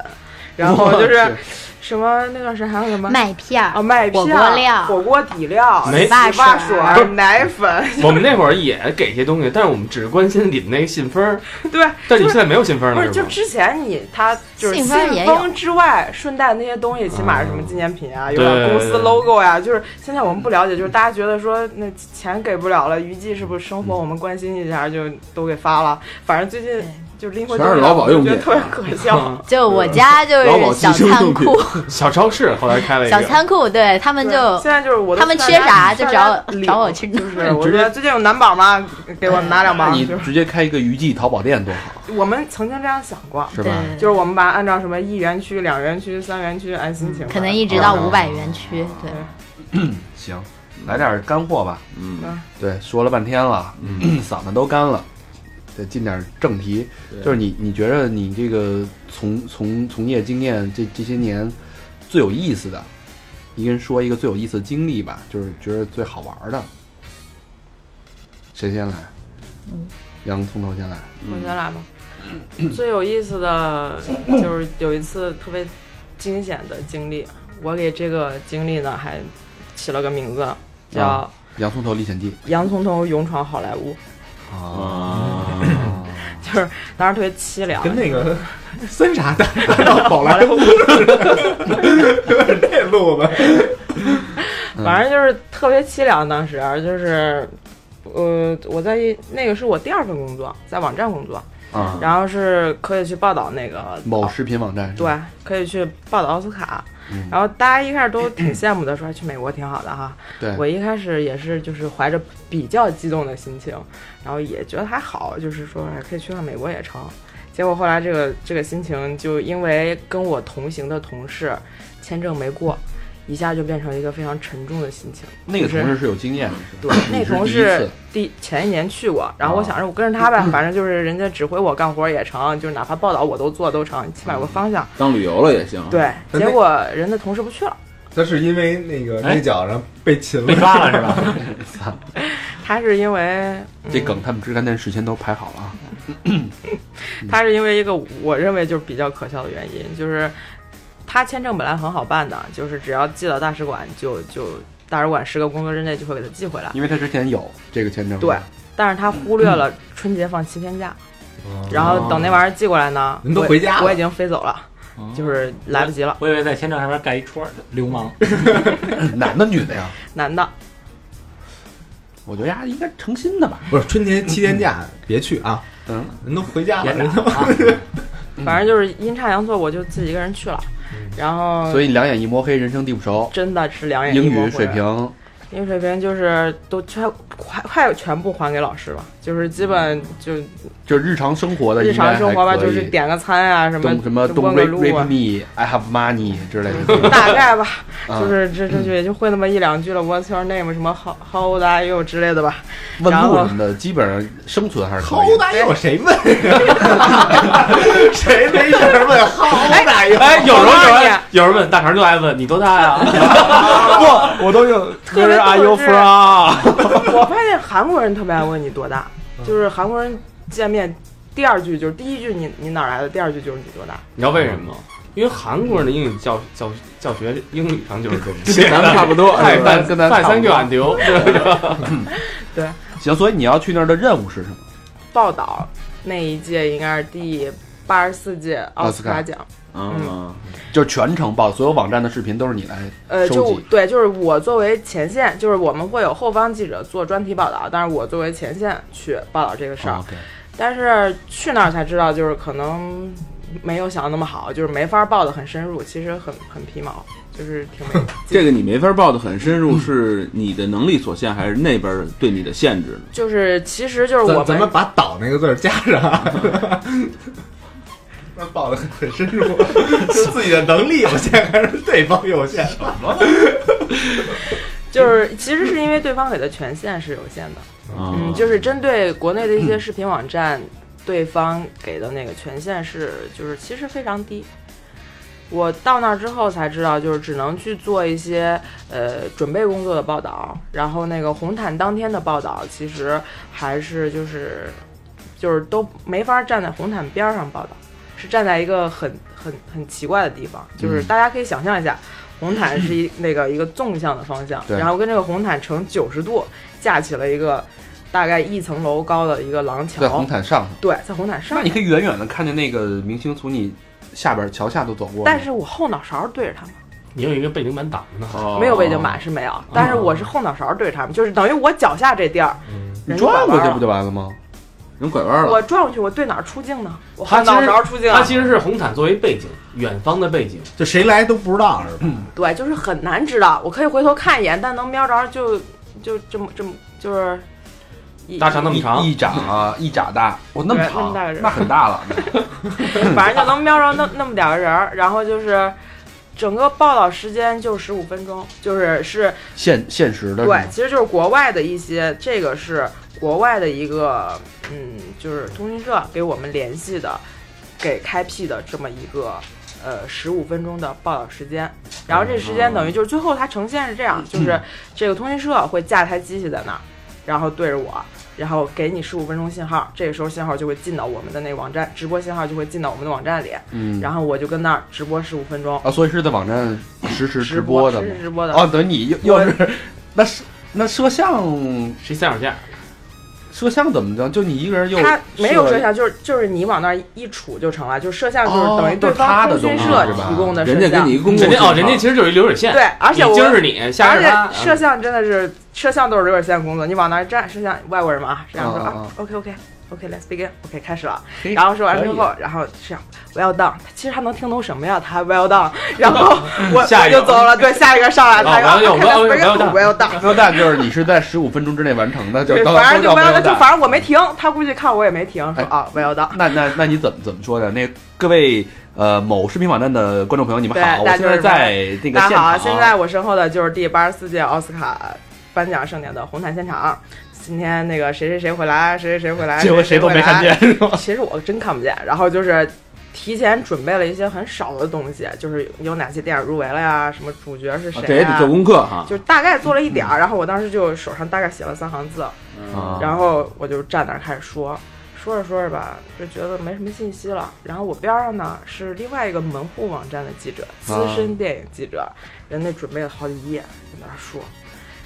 [SPEAKER 8] 然后就是什么那段时间还有什么。
[SPEAKER 7] 麦片
[SPEAKER 8] 啊，
[SPEAKER 7] 儿，
[SPEAKER 8] 麦片、
[SPEAKER 7] 火锅料
[SPEAKER 8] 火锅底料、
[SPEAKER 3] 没
[SPEAKER 8] 洗发
[SPEAKER 7] 洗发
[SPEAKER 8] 水、奶粉，
[SPEAKER 3] 我们那会儿也给一些东西，但是我们只是关心你们那个信封儿，
[SPEAKER 8] 对，
[SPEAKER 3] 但你现
[SPEAKER 8] 就是
[SPEAKER 3] 在没有信封
[SPEAKER 8] 不
[SPEAKER 3] 了，
[SPEAKER 8] 是就是
[SPEAKER 3] 吗？
[SPEAKER 8] 之前你他就是
[SPEAKER 7] 信
[SPEAKER 8] 信
[SPEAKER 7] 封儿也有
[SPEAKER 8] 封之外顺带那些东西，起码是什么纪念品啊，有
[SPEAKER 3] 对
[SPEAKER 8] 点公司
[SPEAKER 3] 对对
[SPEAKER 8] logo 呀、就是现在我们不了解，就是大家觉得说那钱给不了了，余悸是不是生活我们关心一下就都给发了，反正最近
[SPEAKER 7] 对。
[SPEAKER 8] 就拎回
[SPEAKER 4] 全是
[SPEAKER 8] 东西
[SPEAKER 4] 劳
[SPEAKER 8] 来
[SPEAKER 4] 保
[SPEAKER 8] 我就
[SPEAKER 4] 用
[SPEAKER 8] 觉得
[SPEAKER 4] 品
[SPEAKER 8] 特别可
[SPEAKER 3] 嗯
[SPEAKER 8] 笑。
[SPEAKER 7] 就我家就
[SPEAKER 4] 劳保
[SPEAKER 7] 是
[SPEAKER 4] 计
[SPEAKER 7] 小
[SPEAKER 4] 生
[SPEAKER 7] 仓
[SPEAKER 4] 用品
[SPEAKER 7] 库，
[SPEAKER 3] 小超市后来开了一
[SPEAKER 7] 小
[SPEAKER 3] 个，
[SPEAKER 7] 仓库，对 他们
[SPEAKER 8] 对
[SPEAKER 7] 就
[SPEAKER 8] 现在就是我都
[SPEAKER 7] 他们缺啥就找我
[SPEAKER 8] 领
[SPEAKER 7] 找我去弄
[SPEAKER 8] 就是我觉得最近有男宝吗？给我拿两包。
[SPEAKER 2] 你
[SPEAKER 8] 就是
[SPEAKER 2] 直接开一个娱记淘宝店多好，
[SPEAKER 8] 我们曾经这样想过，
[SPEAKER 2] 是吧？
[SPEAKER 7] 对
[SPEAKER 8] 就是我们把它按照什么一园区、两园区、三园区按心情来，
[SPEAKER 7] 嗯可能一直到
[SPEAKER 2] 哦
[SPEAKER 7] 五百园区，对，
[SPEAKER 2] 行，来点干货吧。
[SPEAKER 4] 嗯，
[SPEAKER 8] 啊
[SPEAKER 2] 对，说了半天了， 嗓子都干了，得进点正题。就是你，你觉得你这个从从从业经验这这些年最有意思的，一个人说一个最有意思的经历吧，就是觉得最好玩的。谁先来？
[SPEAKER 8] 嗯
[SPEAKER 2] 洋葱头先来。
[SPEAKER 8] 我先来吧。最有意思的就是有一次特别惊险的经历，我给这个经历呢还起了个名字，叫
[SPEAKER 2] 啊洋葱头历险记
[SPEAKER 8] 《洋葱头勇闯好莱坞》，
[SPEAKER 2] 啊，
[SPEAKER 8] 就是当时特别凄凉。
[SPEAKER 6] 跟那个 森茶大到宝莱 坞似的，这路子。
[SPEAKER 8] 反正就是特别凄凉。当时就是，呃，我在一那个是我第二份工作，在网站工作，
[SPEAKER 2] 啊
[SPEAKER 8] 然后是可以去报道那个
[SPEAKER 4] 啊
[SPEAKER 2] 某视频网站是吧
[SPEAKER 8] 对，可以去报道奥斯卡。
[SPEAKER 2] 嗯
[SPEAKER 8] 然后大家一开始都挺羡慕的，说哎去美国挺好的哈。
[SPEAKER 2] 对
[SPEAKER 8] 我一开始也是就是怀着比较激动的心情，然后也觉得还好，就是说哎可以去趟美国也成。结果后来这个这个心情就因为跟我同行的同事签证没过，一下就变成一个非常沉重的心情。
[SPEAKER 2] 那个
[SPEAKER 8] 就是
[SPEAKER 2] 同事是有经验的，
[SPEAKER 8] 对，那
[SPEAKER 2] 嗯你是
[SPEAKER 8] 同
[SPEAKER 2] 第一
[SPEAKER 8] 事
[SPEAKER 2] 次哦
[SPEAKER 8] 第前一年去过，然后我想着我跟着他呗，反正就是人家指挥我干活也成，就是哪怕报道我都做都成，起码有个方向。
[SPEAKER 4] 当旅游了也行。，
[SPEAKER 8] 对，
[SPEAKER 6] 那
[SPEAKER 8] 结果人的同事不去了，
[SPEAKER 6] 他是因为那个
[SPEAKER 5] 哎
[SPEAKER 6] 那脚上被 擒
[SPEAKER 5] 被
[SPEAKER 6] 了，
[SPEAKER 5] 抓了是吧？
[SPEAKER 8] 他是因为、嗯
[SPEAKER 2] 这梗，他们之前那事前都排好了啊。
[SPEAKER 8] 他是因为一个我认为就是比较可笑的原因，就是他签证本来很好办的，就是只要寄到大使馆就就大使馆十个工作日内就会给他寄回来，
[SPEAKER 2] 因为他之前有这个签证，
[SPEAKER 8] 对，但是他忽略了春节放七天假，然后等那玩意儿寄过来呢，
[SPEAKER 6] 人都
[SPEAKER 8] 我
[SPEAKER 6] 回家了
[SPEAKER 8] 我已经飞走了，就是来不及了，
[SPEAKER 5] 我以为在签证上面盖一戳儿，流氓。
[SPEAKER 2] 男的女的呀？
[SPEAKER 8] 男的。
[SPEAKER 2] 我觉得呀，应该诚心的吧。
[SPEAKER 6] 不是春节七天假别去啊，
[SPEAKER 2] 嗯，
[SPEAKER 6] 人都回家了，哦人都
[SPEAKER 8] 反正就是阴差阳错，我就自己一个人去了，然后
[SPEAKER 2] 所以两眼一抹黑，人生地不熟，
[SPEAKER 8] 真的是嗯两眼
[SPEAKER 2] 英
[SPEAKER 8] 一抹
[SPEAKER 2] 语
[SPEAKER 8] 灰啊
[SPEAKER 2] 水平
[SPEAKER 8] 英语水平就是都全快快全部还给老师了，就是基本就
[SPEAKER 2] 就是日常生活的嗯
[SPEAKER 8] 日
[SPEAKER 2] 应该
[SPEAKER 8] 常
[SPEAKER 2] 还
[SPEAKER 8] 生活吧，
[SPEAKER 2] 可
[SPEAKER 8] 就是
[SPEAKER 2] 以
[SPEAKER 8] 点个餐啊，什么
[SPEAKER 2] 东什么
[SPEAKER 8] 就
[SPEAKER 2] 东
[SPEAKER 8] 问个
[SPEAKER 2] rape
[SPEAKER 8] 路
[SPEAKER 2] rape
[SPEAKER 8] 啊，
[SPEAKER 2] me I have money 之类的，
[SPEAKER 8] 大概吧，
[SPEAKER 2] 啊
[SPEAKER 8] 就是这这就也就会那么一两句了，What's your name 什么 How How old are you 之类的 吧。
[SPEAKER 2] 问
[SPEAKER 8] 然
[SPEAKER 2] 路
[SPEAKER 8] 后
[SPEAKER 2] 什么的，基本上生存还是可
[SPEAKER 6] 好
[SPEAKER 2] 以的。
[SPEAKER 6] 大有谁问 呀？哎 谁没事儿问 好大有？
[SPEAKER 3] 哎，有人问有
[SPEAKER 8] 我告诉
[SPEAKER 3] 人
[SPEAKER 8] 你
[SPEAKER 3] 有人问，大肠就爱问你多大呀？
[SPEAKER 2] 我都有
[SPEAKER 8] 特别
[SPEAKER 6] 啊
[SPEAKER 3] Where are you
[SPEAKER 8] 逗是
[SPEAKER 3] from？
[SPEAKER 2] 嗯
[SPEAKER 8] 我发现韩国人特别爱问你多大，就是韩国人见面第二句就是第一句你你哪儿来的，第二句就是你多大。
[SPEAKER 3] 你知道为什么吗？因为韩国人的英语教教教学英语上就是这么
[SPEAKER 4] 跟咱们差不 多，
[SPEAKER 3] 快
[SPEAKER 8] 哎
[SPEAKER 4] 是吧
[SPEAKER 3] 三
[SPEAKER 4] 跟咱
[SPEAKER 3] 快
[SPEAKER 4] 差
[SPEAKER 3] 三
[SPEAKER 4] 不
[SPEAKER 3] 个
[SPEAKER 4] 多。
[SPEAKER 3] 俺丢，
[SPEAKER 2] 行，所以你要去那儿的任务是什么？
[SPEAKER 8] 报道那一届应该是第八十四届奥斯卡
[SPEAKER 2] 奥斯卡
[SPEAKER 8] 奖，
[SPEAKER 4] 嗯，
[SPEAKER 2] 就是全程报，所有网站的视频都是你来
[SPEAKER 8] 呃，
[SPEAKER 2] 收
[SPEAKER 8] 就
[SPEAKER 2] 集
[SPEAKER 8] 对，就是我作为前线，就是我们会有后方记者做专题报道，但是我作为前线去报道这个事儿。
[SPEAKER 2] 啊，OK，
[SPEAKER 8] 但是去那儿才知道，就是可能没有想的那么好，就是没法报的很深入，其实很很皮毛，就是挺 没。
[SPEAKER 4] 这个你没法报的很深入，是你的能力所限，还是那边儿对你的限制呢？
[SPEAKER 8] 就是其实就是我
[SPEAKER 6] 咱咱们把“岛”那个字儿加上， 那报的很深入，就自己的能力有限还是对方有限？
[SPEAKER 8] 就是其实是因为对方给的权限是有限的，
[SPEAKER 2] 哦
[SPEAKER 4] 啊，
[SPEAKER 8] 嗯，就是针对国内的一些视频网站，对方给的那个权限是就是其实非常低。我到那儿之后才知道，就是只能去做一些呃准备工作的报道，然后那个红毯当天的报道，其实还是就是就是都没法站在红毯边儿上报道，是站在一个很很很奇怪的地方，就是大家可以想象一下，红毯是一那个一个纵向的方向，
[SPEAKER 2] 对
[SPEAKER 8] 然后跟这个红毯呈九十度架起了一个大概一层楼高的一个廊
[SPEAKER 2] 在红
[SPEAKER 8] 桥，
[SPEAKER 2] 毯上头。
[SPEAKER 8] 对，在红毯
[SPEAKER 2] 那
[SPEAKER 8] 上
[SPEAKER 2] 你，可以远远的看见那个明星从你下边桥下都走过，
[SPEAKER 8] 但是我后脑勺对着他们。
[SPEAKER 3] 你有一个背景板挡着呢。
[SPEAKER 4] 哦
[SPEAKER 8] 没有背景板是没有，但是我是后脑勺对着他们，就是等于我脚下这地儿，
[SPEAKER 2] 你
[SPEAKER 8] 人
[SPEAKER 2] 转过
[SPEAKER 8] 拐
[SPEAKER 2] 去
[SPEAKER 8] 弯
[SPEAKER 2] 不就完了吗？
[SPEAKER 4] 人拐弯
[SPEAKER 8] 了
[SPEAKER 4] 了，
[SPEAKER 8] 我转过去，我对哪儿出镜呢？我
[SPEAKER 3] 他
[SPEAKER 8] 后
[SPEAKER 3] 其实
[SPEAKER 8] 脑勺出镜啊，
[SPEAKER 3] 它其实是红毯作为背景，远方的背景。
[SPEAKER 6] 就谁来都不知道是吧？
[SPEAKER 8] 对，就是很难知道。我可以回头看一眼，但能瞄着就就这么这么 就是一
[SPEAKER 3] 大肠那么长
[SPEAKER 2] 一一掌啊，一掌大，我那么
[SPEAKER 8] 对那
[SPEAKER 2] 长
[SPEAKER 8] 么大个，人
[SPEAKER 2] 那很大 了。
[SPEAKER 8] 反正就能瞄着那那么点儿个人儿，然后就是。整个报道时间就十五分钟，就是是
[SPEAKER 2] 现现实的是吗
[SPEAKER 8] 对，其实就是国外的一些，这个是国外的一个，嗯，就是通讯社给我们联系的，给开辟的这么一个，呃，十五分钟的报道时间。然后这时间
[SPEAKER 2] 嗯
[SPEAKER 8] 等于就是最后它呈现是这样，就是这个通讯社会架台机器在那儿，然后对着我。然后给你十五分钟信号，这个时候信号就会进到我们的那个网站，直播信号就会进到我们的网站里，
[SPEAKER 2] 嗯，
[SPEAKER 8] 然后我就跟那儿直播十五分钟，
[SPEAKER 2] 啊，所以是在网站实时直
[SPEAKER 8] 播
[SPEAKER 2] 的
[SPEAKER 8] 实
[SPEAKER 2] 吗
[SPEAKER 8] 时？直播的。
[SPEAKER 2] 哦，等于你又
[SPEAKER 8] 我
[SPEAKER 2] 又是 那是那摄像
[SPEAKER 3] 谁三脚架？
[SPEAKER 2] 摄像怎么着？就你一个人又
[SPEAKER 8] 他没有摄
[SPEAKER 2] 了，
[SPEAKER 8] 像，就是就是你往那儿一杵就成了，就摄像就是
[SPEAKER 2] 哦
[SPEAKER 8] 等于对
[SPEAKER 2] 就是他
[SPEAKER 8] 方
[SPEAKER 2] 的
[SPEAKER 8] 通
[SPEAKER 2] 东
[SPEAKER 8] 讯
[SPEAKER 2] 西
[SPEAKER 8] 社
[SPEAKER 2] 是吧
[SPEAKER 8] 提供的摄
[SPEAKER 4] 人
[SPEAKER 8] 像。
[SPEAKER 4] 家给你一公共
[SPEAKER 3] 人家哦，
[SPEAKER 4] 信
[SPEAKER 3] 人
[SPEAKER 4] 号
[SPEAKER 3] 家其实就是一流水线。
[SPEAKER 8] 对，，而且我
[SPEAKER 3] 今儿啊是你，下
[SPEAKER 8] 而
[SPEAKER 3] 是他。嗯
[SPEAKER 8] 且摄像真的是摄像都是流水线工作，你往那儿站，摄像外国人嘛啊，摄像说
[SPEAKER 4] 嗯
[SPEAKER 2] 啊啊
[SPEAKER 8] 啊，OK OK OK，Let's begin，OK 开始了。
[SPEAKER 2] 嘿
[SPEAKER 8] 然后说完之
[SPEAKER 2] 可
[SPEAKER 8] 后，然后这样 Well done，其实他能听懂什么呀？他 Well done，然后我
[SPEAKER 3] 下
[SPEAKER 8] 我
[SPEAKER 3] 一个
[SPEAKER 8] 就走了，对，下一个上来
[SPEAKER 3] 哦
[SPEAKER 8] 他啊
[SPEAKER 3] 完了
[SPEAKER 8] ，OK，Let's
[SPEAKER 3] 有 well done，
[SPEAKER 8] begin，Well done。
[SPEAKER 2] 那蛋就是你是在十五分钟之内完成的，就
[SPEAKER 8] 对，
[SPEAKER 2] 都
[SPEAKER 8] 反正
[SPEAKER 2] 都叫
[SPEAKER 8] 就 well
[SPEAKER 2] 没有
[SPEAKER 8] done，就
[SPEAKER 2] 蛋
[SPEAKER 8] 反正我没停，他估计看我也没停，说啊 well done。
[SPEAKER 2] 那那那你怎么怎么说的？那各位呃某视频网站的观众朋友，你们
[SPEAKER 8] 对
[SPEAKER 2] 好，我
[SPEAKER 8] 大
[SPEAKER 2] 现在
[SPEAKER 8] 家就是
[SPEAKER 2] 在那个
[SPEAKER 8] 大
[SPEAKER 2] 现
[SPEAKER 8] 家好，啊
[SPEAKER 2] 场，啊
[SPEAKER 8] 现在我身后的就是第八十四届奥斯卡颁奖盛典的红毯现场。今天那个谁谁谁回来，谁谁谁回来，
[SPEAKER 2] 结果谁都没看见。，是吧？
[SPEAKER 8] 其实我真看不见。然后就是提前准备了一些很少的东西，就是有哪些电影入围了呀，什么主角是
[SPEAKER 4] 啊
[SPEAKER 8] 谁、呀
[SPEAKER 4] 这也得做功课哈。
[SPEAKER 8] 就是大概做了一点儿。然后我当时就手上大概写了三行字，
[SPEAKER 4] 啊
[SPEAKER 8] 然后我就站那儿开始说，说着说着吧，就觉得没什么信息了。然后我边上呢是另外一个门户网站的记者，资深电影记者，人家准备了好几页在那儿说。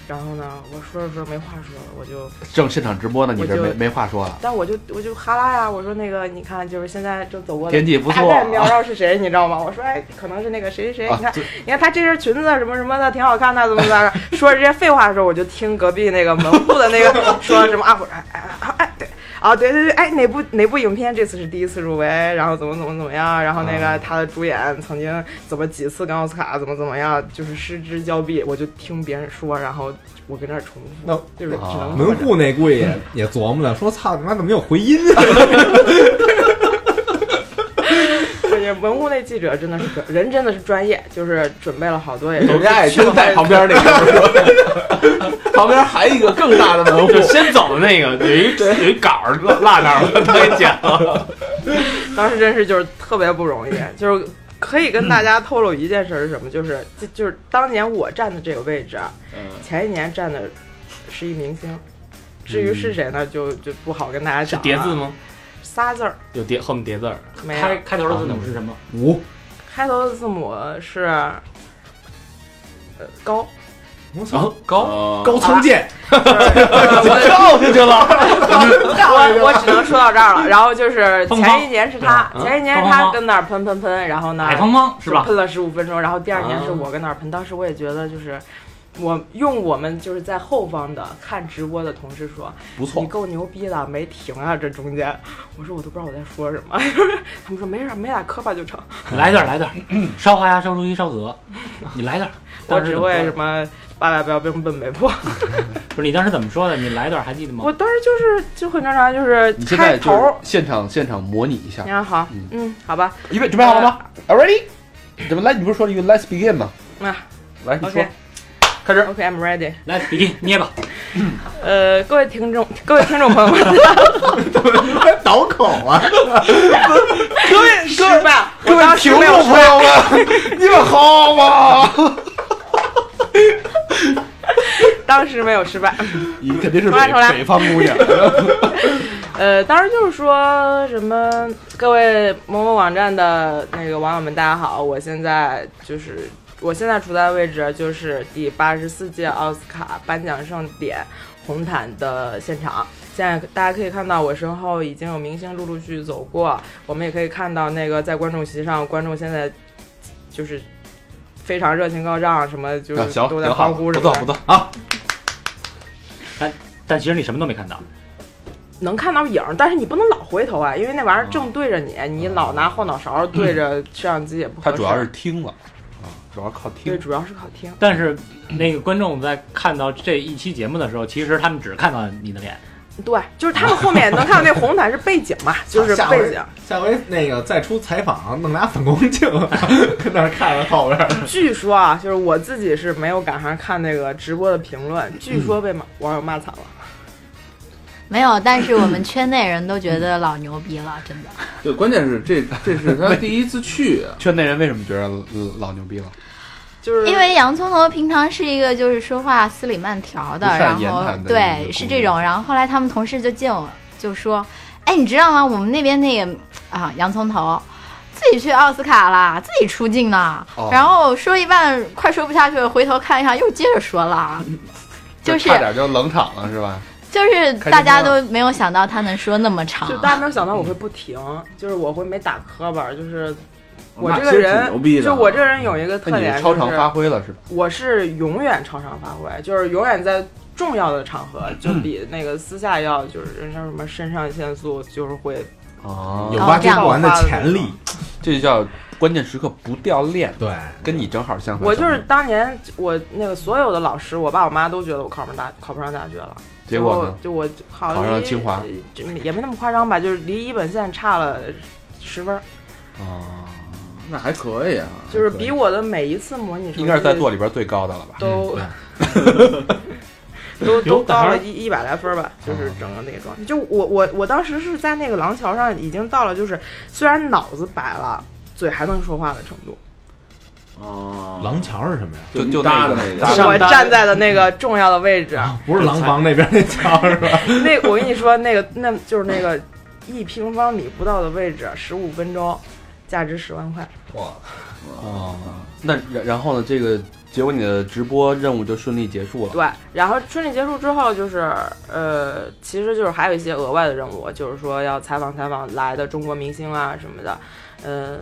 [SPEAKER 8] 然后呢，我说着说着没话说了，我就，
[SPEAKER 2] 正现场直播呢，你
[SPEAKER 8] 我
[SPEAKER 2] 这没
[SPEAKER 8] 就
[SPEAKER 2] 没话说了。
[SPEAKER 8] 但我就我就哈拉呀，我说那个你看，就是现在正走过来
[SPEAKER 2] 天，气不
[SPEAKER 8] 大
[SPEAKER 2] 错
[SPEAKER 8] 概瞄到是谁，你知道吗？我说哎，可能是那个谁谁谁，
[SPEAKER 2] 啊
[SPEAKER 8] 你看，你看她这身裙子什么什么的，挺好看的，怎么怎么着。说这些废话的时候，我就听隔壁那个门户的那 个说什么啊，我说哎哎哎哎对。啊，对对对，哎，哪部哪部影片这次是第一次入围，然后怎么怎么怎么样，然后那
[SPEAKER 2] 啊
[SPEAKER 8] 个他的主演曾经怎么几次跟奥斯卡怎么怎么样，就是失之交臂。我就听别人说，然后我跟那儿重复，
[SPEAKER 6] 那
[SPEAKER 8] 就是只
[SPEAKER 2] 啊
[SPEAKER 8] 能
[SPEAKER 6] 门户那估计也也琢磨了，说操你妈怎么有回音啊？
[SPEAKER 8] 就是文物那记者真的是专人真的是专业，就是准备了好多也是。
[SPEAKER 4] 人家也听在旁边那个 说，旁边还有一个更大的门户
[SPEAKER 3] 就先走的那个有一有一稿儿落落那儿 了，他给剪了。
[SPEAKER 8] 当时真是就是特别不容易，就是可以跟大家透露一件事是什么，就是就就是当年我站的这个位置啊，
[SPEAKER 3] 嗯
[SPEAKER 8] 前一年站的是一明星，至于是谁呢，就就不好跟大家
[SPEAKER 3] 是
[SPEAKER 8] 讲了。
[SPEAKER 3] 叠字吗？
[SPEAKER 8] 仨字儿，
[SPEAKER 3] 有叠后面叠字儿，
[SPEAKER 8] 没
[SPEAKER 5] 开
[SPEAKER 8] 有。
[SPEAKER 5] 开头的字母是什么？
[SPEAKER 2] 五
[SPEAKER 8] 开头的字母是，呃， 高，
[SPEAKER 6] 我
[SPEAKER 3] 然
[SPEAKER 6] 操，
[SPEAKER 3] 后高
[SPEAKER 6] 高仓健，
[SPEAKER 2] 跳下去了，
[SPEAKER 8] 我我只能说到这儿了。然后就是
[SPEAKER 5] 凤凰
[SPEAKER 8] 前一年是他，
[SPEAKER 3] 嗯
[SPEAKER 8] 前一年是
[SPEAKER 5] 凤
[SPEAKER 8] 他
[SPEAKER 5] 凰
[SPEAKER 8] 跟那儿喷喷喷，然后呢
[SPEAKER 5] 海芳芳是吧？
[SPEAKER 8] 喷了十五分钟，然后第二天
[SPEAKER 2] 啊
[SPEAKER 8] 是我跟那儿喷，当时我也觉得就是。我用我们就是在后方的看直播的同事说，
[SPEAKER 2] 不
[SPEAKER 8] 你
[SPEAKER 2] 错，
[SPEAKER 8] 够牛逼了，没停啊，这中间，我说我都不知道我在说什么， 就是他们说没事儿，没打磕巴就成，
[SPEAKER 5] 来点儿来 点儿，烧花鸭、烧猪蹄、烧鹅，你来点儿。
[SPEAKER 8] 我
[SPEAKER 5] 当时
[SPEAKER 8] 只
[SPEAKER 5] 怎么
[SPEAKER 8] 会
[SPEAKER 5] 说
[SPEAKER 8] 什
[SPEAKER 5] 的
[SPEAKER 8] 么八百标兵奔北坡，
[SPEAKER 2] 嗯
[SPEAKER 5] 不是你当时怎么说的？你来点儿还记得吗
[SPEAKER 8] 我？当时就是就很正常，就是
[SPEAKER 2] 你现在
[SPEAKER 8] 开
[SPEAKER 2] 就
[SPEAKER 8] 头
[SPEAKER 2] 是
[SPEAKER 8] 儿，
[SPEAKER 2] 现场现场模拟一下
[SPEAKER 8] 你，看好
[SPEAKER 2] 嗯，
[SPEAKER 8] 嗯，呃好吧，
[SPEAKER 2] 预备准备好了吗？Are ready？怎么来？你不是说了一句 Let's begin 吗？
[SPEAKER 8] 那
[SPEAKER 2] 来，你说
[SPEAKER 8] OK，
[SPEAKER 2] 开始
[SPEAKER 8] OK，I'm ready。
[SPEAKER 5] 来，比利捏吧。
[SPEAKER 8] 呃，各位听众，各位听众朋友 们，
[SPEAKER 6] 还倒口啊！
[SPEAKER 8] 各位失败，
[SPEAKER 2] 各位听众朋友们， 你们好 吗？
[SPEAKER 8] 当时没有失败。
[SPEAKER 2] 你肯定是
[SPEAKER 8] 重来
[SPEAKER 2] 北
[SPEAKER 8] 重来
[SPEAKER 2] 北方 姑娘，啊
[SPEAKER 8] 呃，当时就是说什么，各位某某网站的那个网友们，大家好，我现在就是我现在处在位置就是第八十四届奥斯卡颁奖盛典红毯的现场。现在大家可以看到，我身后已经有明星陆陆续续走过，我们也可以看到那个在观众席上，观众现在就是非常热情高涨，什么就是
[SPEAKER 2] 啊行，
[SPEAKER 8] 都在
[SPEAKER 2] 挺好
[SPEAKER 8] 欢呼
[SPEAKER 2] 不
[SPEAKER 8] 什
[SPEAKER 2] 错
[SPEAKER 8] 么
[SPEAKER 2] 不
[SPEAKER 8] 的，
[SPEAKER 2] 错啊！
[SPEAKER 5] 但其实你什么都没看到，
[SPEAKER 8] 能看到影儿，但是你不能老回头啊，因为那玩意儿正对着你，你老拿后脑勺对着摄像机也不
[SPEAKER 2] 嗯
[SPEAKER 8] 合适。
[SPEAKER 2] 他主要是听了啊，主要靠
[SPEAKER 8] 对，
[SPEAKER 2] 听。
[SPEAKER 8] 主要是靠听。
[SPEAKER 5] 但是那个观众在看到这一期节目的时候，其实他们只看到你的脸。
[SPEAKER 8] 对，就是他们后面能看到那红毯是背景嘛，就是
[SPEAKER 6] 下
[SPEAKER 8] 背
[SPEAKER 6] 回
[SPEAKER 8] 景。
[SPEAKER 6] 下回那个再出采访，弄俩反光镜， 跟那儿看着后边儿。
[SPEAKER 8] 据说啊，就是我自己是没有赶上看那个直播的评论，据
[SPEAKER 2] 嗯
[SPEAKER 8] 说被骂网友骂惨了。
[SPEAKER 7] 没有，但是我 们圈内人都觉得老牛逼了，真的。
[SPEAKER 4] 对，关键是这这是他第一次去，
[SPEAKER 2] 圈内人为什么觉得呃老牛逼了？
[SPEAKER 8] 就是
[SPEAKER 7] 因为洋葱头平常是一个就是说话死里慢条的，
[SPEAKER 2] 不善
[SPEAKER 7] 然
[SPEAKER 2] 言
[SPEAKER 7] 后
[SPEAKER 2] 谈的一
[SPEAKER 7] 对
[SPEAKER 2] 个
[SPEAKER 7] 是
[SPEAKER 2] 姑
[SPEAKER 7] 这
[SPEAKER 2] 娘
[SPEAKER 7] 种，然后后来他们同事就见我就说，哎，你知道吗？我们那边那个啊洋葱头。自己去奥斯卡啦，自己出镜呢。
[SPEAKER 2] 哦
[SPEAKER 7] 然后说一半，快说不下去了，回头看一下，又接着说 了。就是
[SPEAKER 2] 差点就冷场了是吧？
[SPEAKER 7] 就是
[SPEAKER 2] 开
[SPEAKER 7] 大
[SPEAKER 2] 心
[SPEAKER 7] 家
[SPEAKER 2] 吗
[SPEAKER 7] 都没有想到他能说那么长
[SPEAKER 8] 就，大家没有想到我会不停，就是我会没打磕巴，就是我
[SPEAKER 4] 那
[SPEAKER 8] 这个
[SPEAKER 4] 其实挺
[SPEAKER 8] 人
[SPEAKER 4] 牛逼的，
[SPEAKER 8] 就我这个人有一个
[SPEAKER 2] 啊
[SPEAKER 8] 特
[SPEAKER 2] 那你
[SPEAKER 8] 点，
[SPEAKER 2] 是超常
[SPEAKER 8] 就是
[SPEAKER 2] 发挥了是吧？
[SPEAKER 8] 我是永远超常发挥，就是永远在重要的场 合，就比那个私下要就是人家说什么肾上腺素就是会
[SPEAKER 2] 哦
[SPEAKER 6] 有挖掘不完的潜力。
[SPEAKER 2] 这就叫关键时刻不掉链，
[SPEAKER 6] 对，
[SPEAKER 2] 跟你正好相反。
[SPEAKER 8] 我就是当年我那个所有的老师，我爸我妈都觉得我考不上大考不上大学了，
[SPEAKER 2] 结果呢？
[SPEAKER 8] 就我就我考
[SPEAKER 2] 考上了
[SPEAKER 8] 离
[SPEAKER 2] 清华，
[SPEAKER 8] 就也没那么夸张吧，就是离一本线差了十分儿，
[SPEAKER 2] 哦，
[SPEAKER 4] 那还可以啊，
[SPEAKER 8] 就是比我的每一次模拟成绩
[SPEAKER 2] 应该是在座里边最高的了吧？
[SPEAKER 8] 都。都都高了一一百来分儿吧，就是整个那个状态。就我我我当时是在那个廊桥上，已经到了就是虽然脑子白了，嘴还能说话的程度。
[SPEAKER 4] 哦，
[SPEAKER 6] 廊桥是什么呀？
[SPEAKER 2] 就就
[SPEAKER 4] 搭
[SPEAKER 2] 那
[SPEAKER 4] 的
[SPEAKER 2] 个
[SPEAKER 4] 那
[SPEAKER 2] 搭
[SPEAKER 4] 个
[SPEAKER 2] 的
[SPEAKER 8] 我站在的那个重要的位置，
[SPEAKER 6] 不是廊坊那边那桥是吧？
[SPEAKER 8] 那我跟你说，那个那就是那个一平方米不到的位置，十五分钟，价值十万块。
[SPEAKER 2] 哦，那然然后呢？这个结果你的直播任务就顺利结束了。
[SPEAKER 8] 对，然后春丽结束之后，就是呃，其实就是还有一些额外的任务，就是说要采访采访来的中国明星啊什么的。嗯、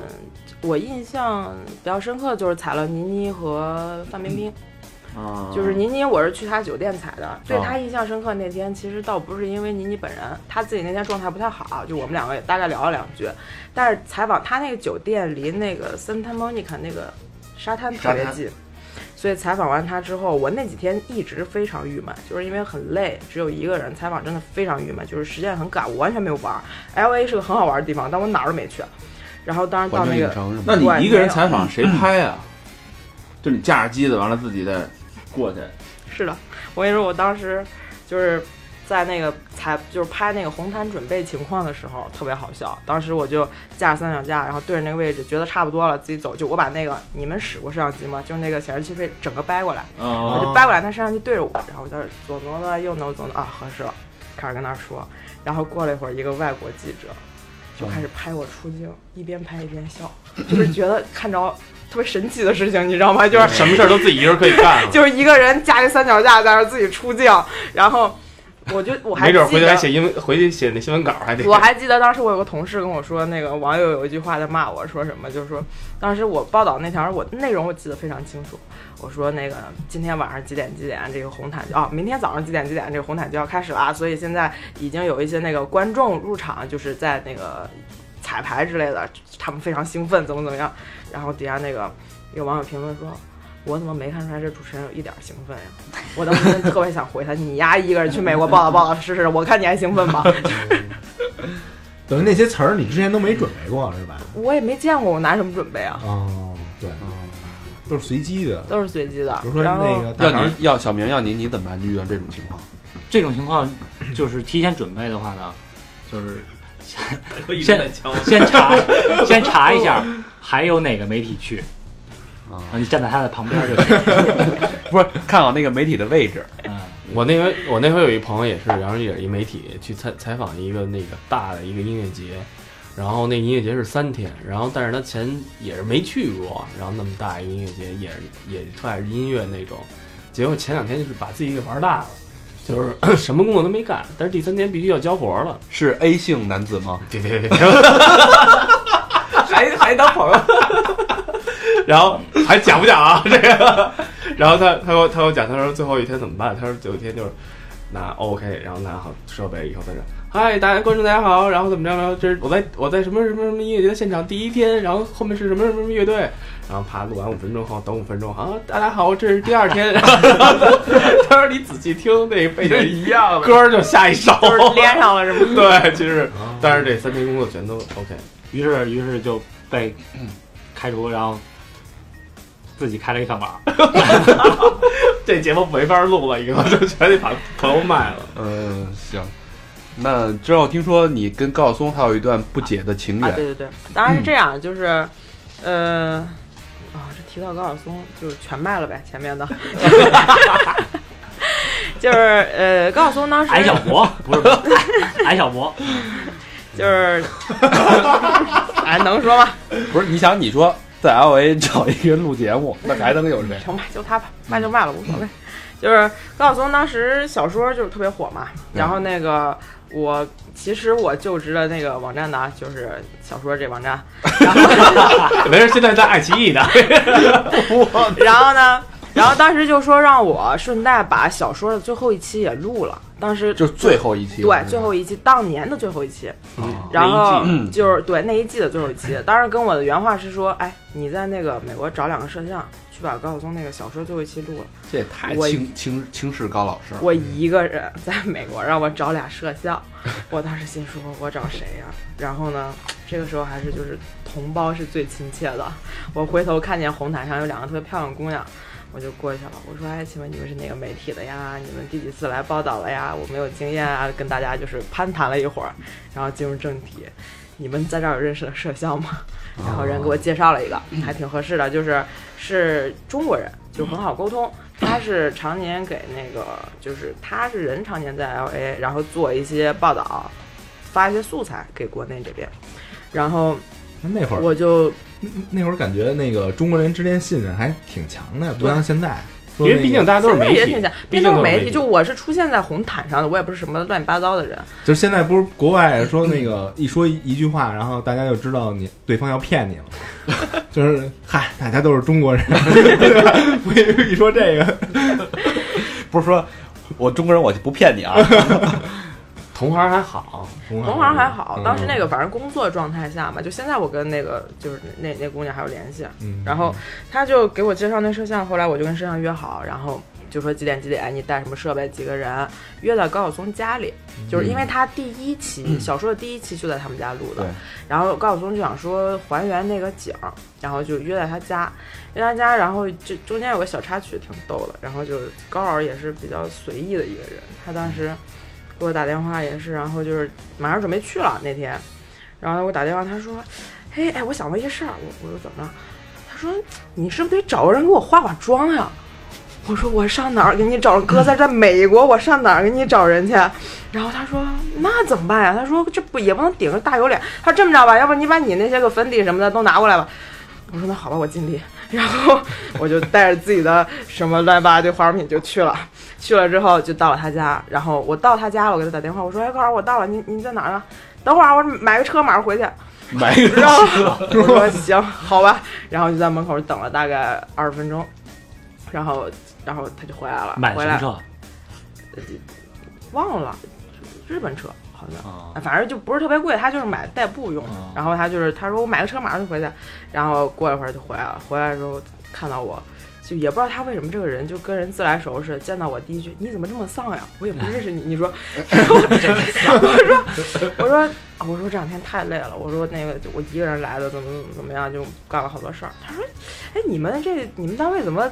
[SPEAKER 8] 我印象比较深刻的就是采了倪妮和范冰冰，
[SPEAKER 4] 啊
[SPEAKER 8] 就是倪妮，我是去她酒店采的，对
[SPEAKER 2] 哦
[SPEAKER 8] 她印象深刻那天，其实倒不是因为倪妮本人，她自己那天状态不太好，就我们两个也大概聊了两句，但是采访她那个酒店离那个 Santa Monica 那个沙滩特别近。所以采访完她之后，我那几天一直非常郁闷，就是因为很累，只有一个人采访，真的非常郁闷，就是时间很赶，我完全没有玩儿。L A 是个很好玩儿的地方，但我哪儿都没去。然后当时到
[SPEAKER 2] 环球
[SPEAKER 8] 那个
[SPEAKER 2] 影城是吗？
[SPEAKER 4] 那你一个人采访谁拍啊？
[SPEAKER 2] 嗯
[SPEAKER 4] 就你架着机子，完了自己再过去，
[SPEAKER 8] 是的，我跟你说，我当时就是在那个采，就是拍那个红毯准备情况的时候，特别好笑。当时我就架三脚架，然后对着那个位置，觉得差不多了，自己走。就我把那个你们使过摄像机吗？就是那个显示器被整个掰过来，我
[SPEAKER 4] 哦，
[SPEAKER 8] 就掰过来，他摄像机对着我，然后我在这儿左挪挪右挪左挪啊，合适了，开始跟那儿说。然后过了一会儿，一个外国记者就开始拍我出镜，一边拍一边笑，就是觉得看着特别神奇的事情，你知道吗？就是
[SPEAKER 3] 什么事儿都自己一个人可以干了，
[SPEAKER 8] 就是一个人架一三脚架在那儿自己出镜，然后我就我还
[SPEAKER 3] 没准儿
[SPEAKER 8] 记
[SPEAKER 3] 回去还
[SPEAKER 8] 得
[SPEAKER 3] 写英文，回去写那新闻稿还得。
[SPEAKER 8] 我还记得当时我有个同事跟我说，那个网友有一句话在骂我说什么，就是说当时我报道那条我内容我记得非常清楚，我说那个今天晚上几点几点这个红毯哦，明天早上几点几点这个红毯就要开始了啊，所以现在已经有一些那个观众入场，就是在那个彩排之类的，他们非常兴奋，怎么怎么样，然后底下那个有网友评论说。我怎么没看出来这主持人有一点兴奋呀、我当时真特别想回他，你丫一个人去美国报道报道试试，我看你还兴奋吗？
[SPEAKER 6] 等于那些词儿你之前都没准备过是吧？
[SPEAKER 8] 我也没见过，我拿什么准备啊？
[SPEAKER 6] 哦，对，都是随机的。
[SPEAKER 8] 都是随机的。
[SPEAKER 6] 比如说
[SPEAKER 8] 然后
[SPEAKER 6] 那个大
[SPEAKER 2] 要
[SPEAKER 6] 肠
[SPEAKER 2] 你要小明要你你怎么办？遇到这种情况，
[SPEAKER 5] 这种情况就是提前准备的话呢，就是
[SPEAKER 4] 一
[SPEAKER 5] 直在
[SPEAKER 4] 敲，
[SPEAKER 5] 先查先查一下还有哪个媒体去，
[SPEAKER 2] 啊
[SPEAKER 5] 然后你站在他的旁边就行。
[SPEAKER 2] 不是看好那个媒体的位置，
[SPEAKER 5] 嗯，
[SPEAKER 3] 我那回我那回有一朋友也是，然后也是一媒体去采采访一个那个大的一个音乐节，然后那音乐节是三天，然后但是他前也是没去过，然后那么大一个音乐节也是也特爱音乐那种，结果前两天就是把自己给玩大了，就是 什么工作都没干，但是第三天必须要交活了，
[SPEAKER 2] 是 A 姓男子吗？
[SPEAKER 3] 别别别，还还当朋友，然后还讲不讲啊？这个，然后他他说他给我讲，他说最后一天怎么办？他说最后一天就是拿 OK，然后拿好设备以后，他说嗨，大家观众大家好，然后怎么着？然后这是我在我在什么什么什么音乐节的现场第一天，然后后面是什么什么什么乐队，然后啪录完五分钟后等五分钟啊，大家好，这是第二天，然后他说你仔细听那个背景一样，歌儿就下一首，
[SPEAKER 8] 就是连上了是吗？
[SPEAKER 3] 对，其实但是这三天工作全都 OK。
[SPEAKER 5] 于是于是就被开除，然后自己开了一饭馆 儿。
[SPEAKER 3] 这节目没法录了，以后 就全得把朋友卖了。
[SPEAKER 4] 呃
[SPEAKER 2] 嗯，行。那之后听说你跟高晓松还有一段不解的情
[SPEAKER 8] 啊，
[SPEAKER 2] 缘，
[SPEAKER 8] 对对对，当然是这样，就是，呃，啊，这提到高晓松就全卖了呗，前面的， 就是呃，高晓松当时
[SPEAKER 5] 矮小博 不是不是矮小 博，
[SPEAKER 8] 就是，哎，能说吗？
[SPEAKER 2] 不是？你想，你说在 L A 找一个人录节目，那还能有谁？
[SPEAKER 8] 成吧，就他吧，卖就卖了，无所谓。就是高晓松当时小说就是特别火嘛，
[SPEAKER 6] 嗯
[SPEAKER 2] 对
[SPEAKER 8] 然后那个我其实我就职的那个网站呢，就是小说这网站，然后。
[SPEAKER 3] 没事，现在在爱奇艺呢。
[SPEAKER 8] 然后呢，然后当时就说让我顺带把小说的最后一期也录了。当时
[SPEAKER 2] 就是最后一期，
[SPEAKER 8] 对最后一期，当年的最后一期，
[SPEAKER 2] 哦
[SPEAKER 8] 然
[SPEAKER 2] 那
[SPEAKER 8] 后
[SPEAKER 2] 一季
[SPEAKER 8] 就是对那一季的最后一期。当时跟我的原话是说，哎，你在那个美国找两个摄像，去把高晓松那个小说最后一期录了。
[SPEAKER 2] 这也太
[SPEAKER 8] 我
[SPEAKER 2] 轻轻轻视高老师了。
[SPEAKER 8] 我一个人在美国，让我找俩摄 像，我当时心说，我找谁呀、然后呢，这个时候还是就是同胞是最亲切的。我回头看见红毯上有两个特别漂亮的姑娘，我就过去了，我说，哎，请问你们是哪个媒体的呀？你们第几次来报道了呀？我没有经验啊，跟大家就是攀谈了一会儿，然后进入正题。你们在这儿有认识的摄像吗？然后人给我介绍了一个，还挺合适的，就是是中国人，就很好沟通。他是常年给那个，就是他是人常年在 L A，然后做一些报道，发一些素材给国内这边。然后
[SPEAKER 6] 那会儿，
[SPEAKER 8] 我就
[SPEAKER 6] 那会儿感觉那个中国人之间信任还挺强的，不像现在。
[SPEAKER 3] 因
[SPEAKER 6] 说
[SPEAKER 3] 为
[SPEAKER 6] 那
[SPEAKER 3] 毕
[SPEAKER 6] 个
[SPEAKER 3] 竟大家都是
[SPEAKER 8] 现在
[SPEAKER 3] 媒
[SPEAKER 8] 也
[SPEAKER 3] 体
[SPEAKER 8] 挺像，，
[SPEAKER 3] 毕
[SPEAKER 8] 毕
[SPEAKER 3] 竟
[SPEAKER 8] 竟
[SPEAKER 3] 都是
[SPEAKER 8] 媒
[SPEAKER 3] 体
[SPEAKER 8] 体，就我是出现在红毯上的，我也不是什么乱七八糟的人。
[SPEAKER 6] 就是现在不是国外说那个一说一句话，然后大家就知道你对方要骗你了， 就是嗨，大家都是中国人，对吧？不一说这个，
[SPEAKER 2] 不是说我中国人，我就不骗 你啊。
[SPEAKER 3] 同行还好，
[SPEAKER 6] 同
[SPEAKER 8] 同行还好
[SPEAKER 6] 嗯，
[SPEAKER 8] 当时那个反正工作状态下嘛，就现在我跟那个就是那那姑娘还有联系，啊
[SPEAKER 6] 嗯
[SPEAKER 8] 然后他就给我介绍那摄像，后来我就跟摄像约好，然后就说几点几点你带什么设备，几个人，约在高晓松家里，
[SPEAKER 6] 嗯
[SPEAKER 8] 就是因为他第一期、小说的第一期就在他们家录的
[SPEAKER 2] 对，
[SPEAKER 8] 然后高晓松就想说还原那个景儿，然后就约在他家，约他家，然后这中间有个小插曲挺逗的，然后就高老师也是比较随意的一个人，他当时给我打电话也是，然后就是马上准备去了那天，然后他给我打电话，他说，嘿，哎，我想到一事儿，我我说怎么了？他说你是不是得找个人给我化化妆呀？我说我上哪儿给你找哥在在美国，我上哪儿给你找人去？然后他说那怎么办呀？他说这不也不能顶着大油脸。他说这么着吧，要不你把你那些个粉底什么的都拿过来吧。我说那好吧，我尽力。然后 我就带着自己的什么乱七八糟的化妆品就去了。去了之后就到了他家，然后我到他家了，我给他打电话，我说哎，告诉我到了，你你在哪儿啊？等会儿啊我买个车马上回去。
[SPEAKER 2] 买一个
[SPEAKER 8] 然后我说行，好吧，然后就在门口等了大概二十分钟，然后然后他就回来了，
[SPEAKER 5] 买
[SPEAKER 8] 回
[SPEAKER 5] 什么
[SPEAKER 8] 来
[SPEAKER 5] 车？
[SPEAKER 8] 忘了日本车好像。
[SPEAKER 5] 啊
[SPEAKER 8] 啊，反正就不是特别贵，他就是买代步用的。
[SPEAKER 5] 哦
[SPEAKER 8] 然后他就是他说我买个车马上就回去，然后过一会儿就回来了。回来的时候看到我，就也不知道他为什么这个人就跟人自来熟似的，见到我第一句你怎么这么丧呀？我也不认识你，你说，我说我说啊我说这两天太累了，我说那个就我一个人来的，怎么怎么样就干了好多事儿。他说，哎，你们这你们单位怎么？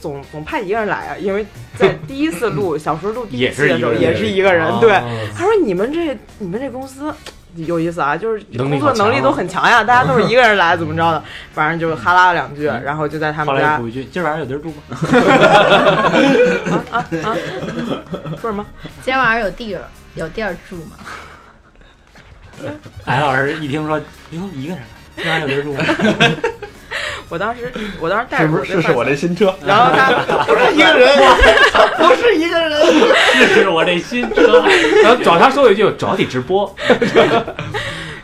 [SPEAKER 8] 总总派一个人来啊，因为在第一次录小时候录第一
[SPEAKER 5] 也
[SPEAKER 8] 期
[SPEAKER 5] 是
[SPEAKER 8] 的
[SPEAKER 5] 一
[SPEAKER 8] 时
[SPEAKER 5] 个
[SPEAKER 8] 候
[SPEAKER 5] 人
[SPEAKER 8] 也是一个人，
[SPEAKER 5] 啊
[SPEAKER 8] 对，他说你们这你们这公司有意思啊，就是
[SPEAKER 5] 能力好
[SPEAKER 8] 工作
[SPEAKER 5] 强啊
[SPEAKER 8] 能力都很强 呀，大家都是一个人来怎么着的，反正就哈拉了两句，然后就在他
[SPEAKER 5] 后
[SPEAKER 8] 们
[SPEAKER 5] 来
[SPEAKER 8] 家
[SPEAKER 5] 补一句：“今儿晚上有地儿住吗
[SPEAKER 8] 啊啊啊，说什么？
[SPEAKER 7] 今天晚上有地儿有地儿住 吗？？”
[SPEAKER 5] 哎，老师一听说，哟，一个人，今晚上有地儿住吗？
[SPEAKER 8] 我当时我当时带
[SPEAKER 1] 是
[SPEAKER 8] 着
[SPEAKER 1] 不
[SPEAKER 8] 我
[SPEAKER 1] 是试试我
[SPEAKER 8] 这
[SPEAKER 1] 这
[SPEAKER 8] 饭
[SPEAKER 1] 新车？
[SPEAKER 8] 菜，然后他
[SPEAKER 5] 试试我这新车。 然后找他说一句：“找你直播。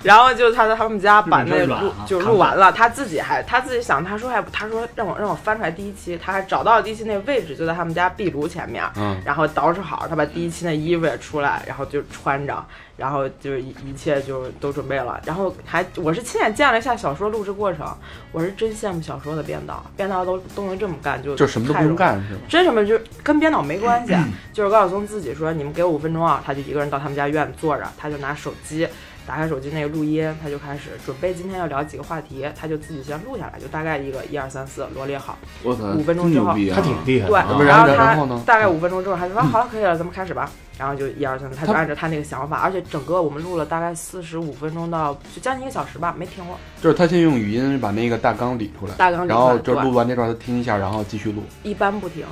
[SPEAKER 8] 然后就他在他们家把那
[SPEAKER 5] 日本真软
[SPEAKER 8] 录
[SPEAKER 5] 啊
[SPEAKER 8] 就录完了，他自己还他自己想，他说还哎他说让我让我翻出来第一期，他还找到了第一期那位置就在他们家壁炉前面，
[SPEAKER 2] 嗯，
[SPEAKER 8] 然后捯饬好，他把第一期那衣服也出来，然后就穿着，然后就是一一切就都准备了，然后还我是亲眼见了一下小说录制过程，我是真羡慕小说的编导，编导都都能这么干，就
[SPEAKER 2] 就什么都不
[SPEAKER 8] 太
[SPEAKER 2] 用
[SPEAKER 8] 容易
[SPEAKER 2] 干是吧？
[SPEAKER 8] 真什么就是跟编导没关系，啊
[SPEAKER 4] 嗯
[SPEAKER 8] 就是高晓松自己说，你们给我五分钟啊，他就一个人到他们家院子坐着，他就拿手机打开手机那个录音，他就开始准备今天要聊几个话题，他就自己先录下来，就大概一个一二三四罗列好，
[SPEAKER 4] 我操，
[SPEAKER 8] 五分钟之后
[SPEAKER 4] 嗯真牛逼啊！
[SPEAKER 3] 他挺厉害
[SPEAKER 8] 对，
[SPEAKER 3] 的
[SPEAKER 8] 然
[SPEAKER 3] 啊，
[SPEAKER 8] 后
[SPEAKER 2] 然后然后
[SPEAKER 8] 他
[SPEAKER 2] 呢
[SPEAKER 8] 大概五分钟之后，他就说好了，可以了，咱们开始吧。然后就一二三四，他就按照他那个想法，而且整个我们录了大概四十五分钟到就将近一个小时吧，没停过。
[SPEAKER 2] 就是他先用语音把那个大纲理出来，
[SPEAKER 8] 大纲理出
[SPEAKER 2] 然
[SPEAKER 8] 来
[SPEAKER 2] 后就是
[SPEAKER 8] 对
[SPEAKER 2] 录完这段他听一下，然后继续录，
[SPEAKER 8] 一般不停，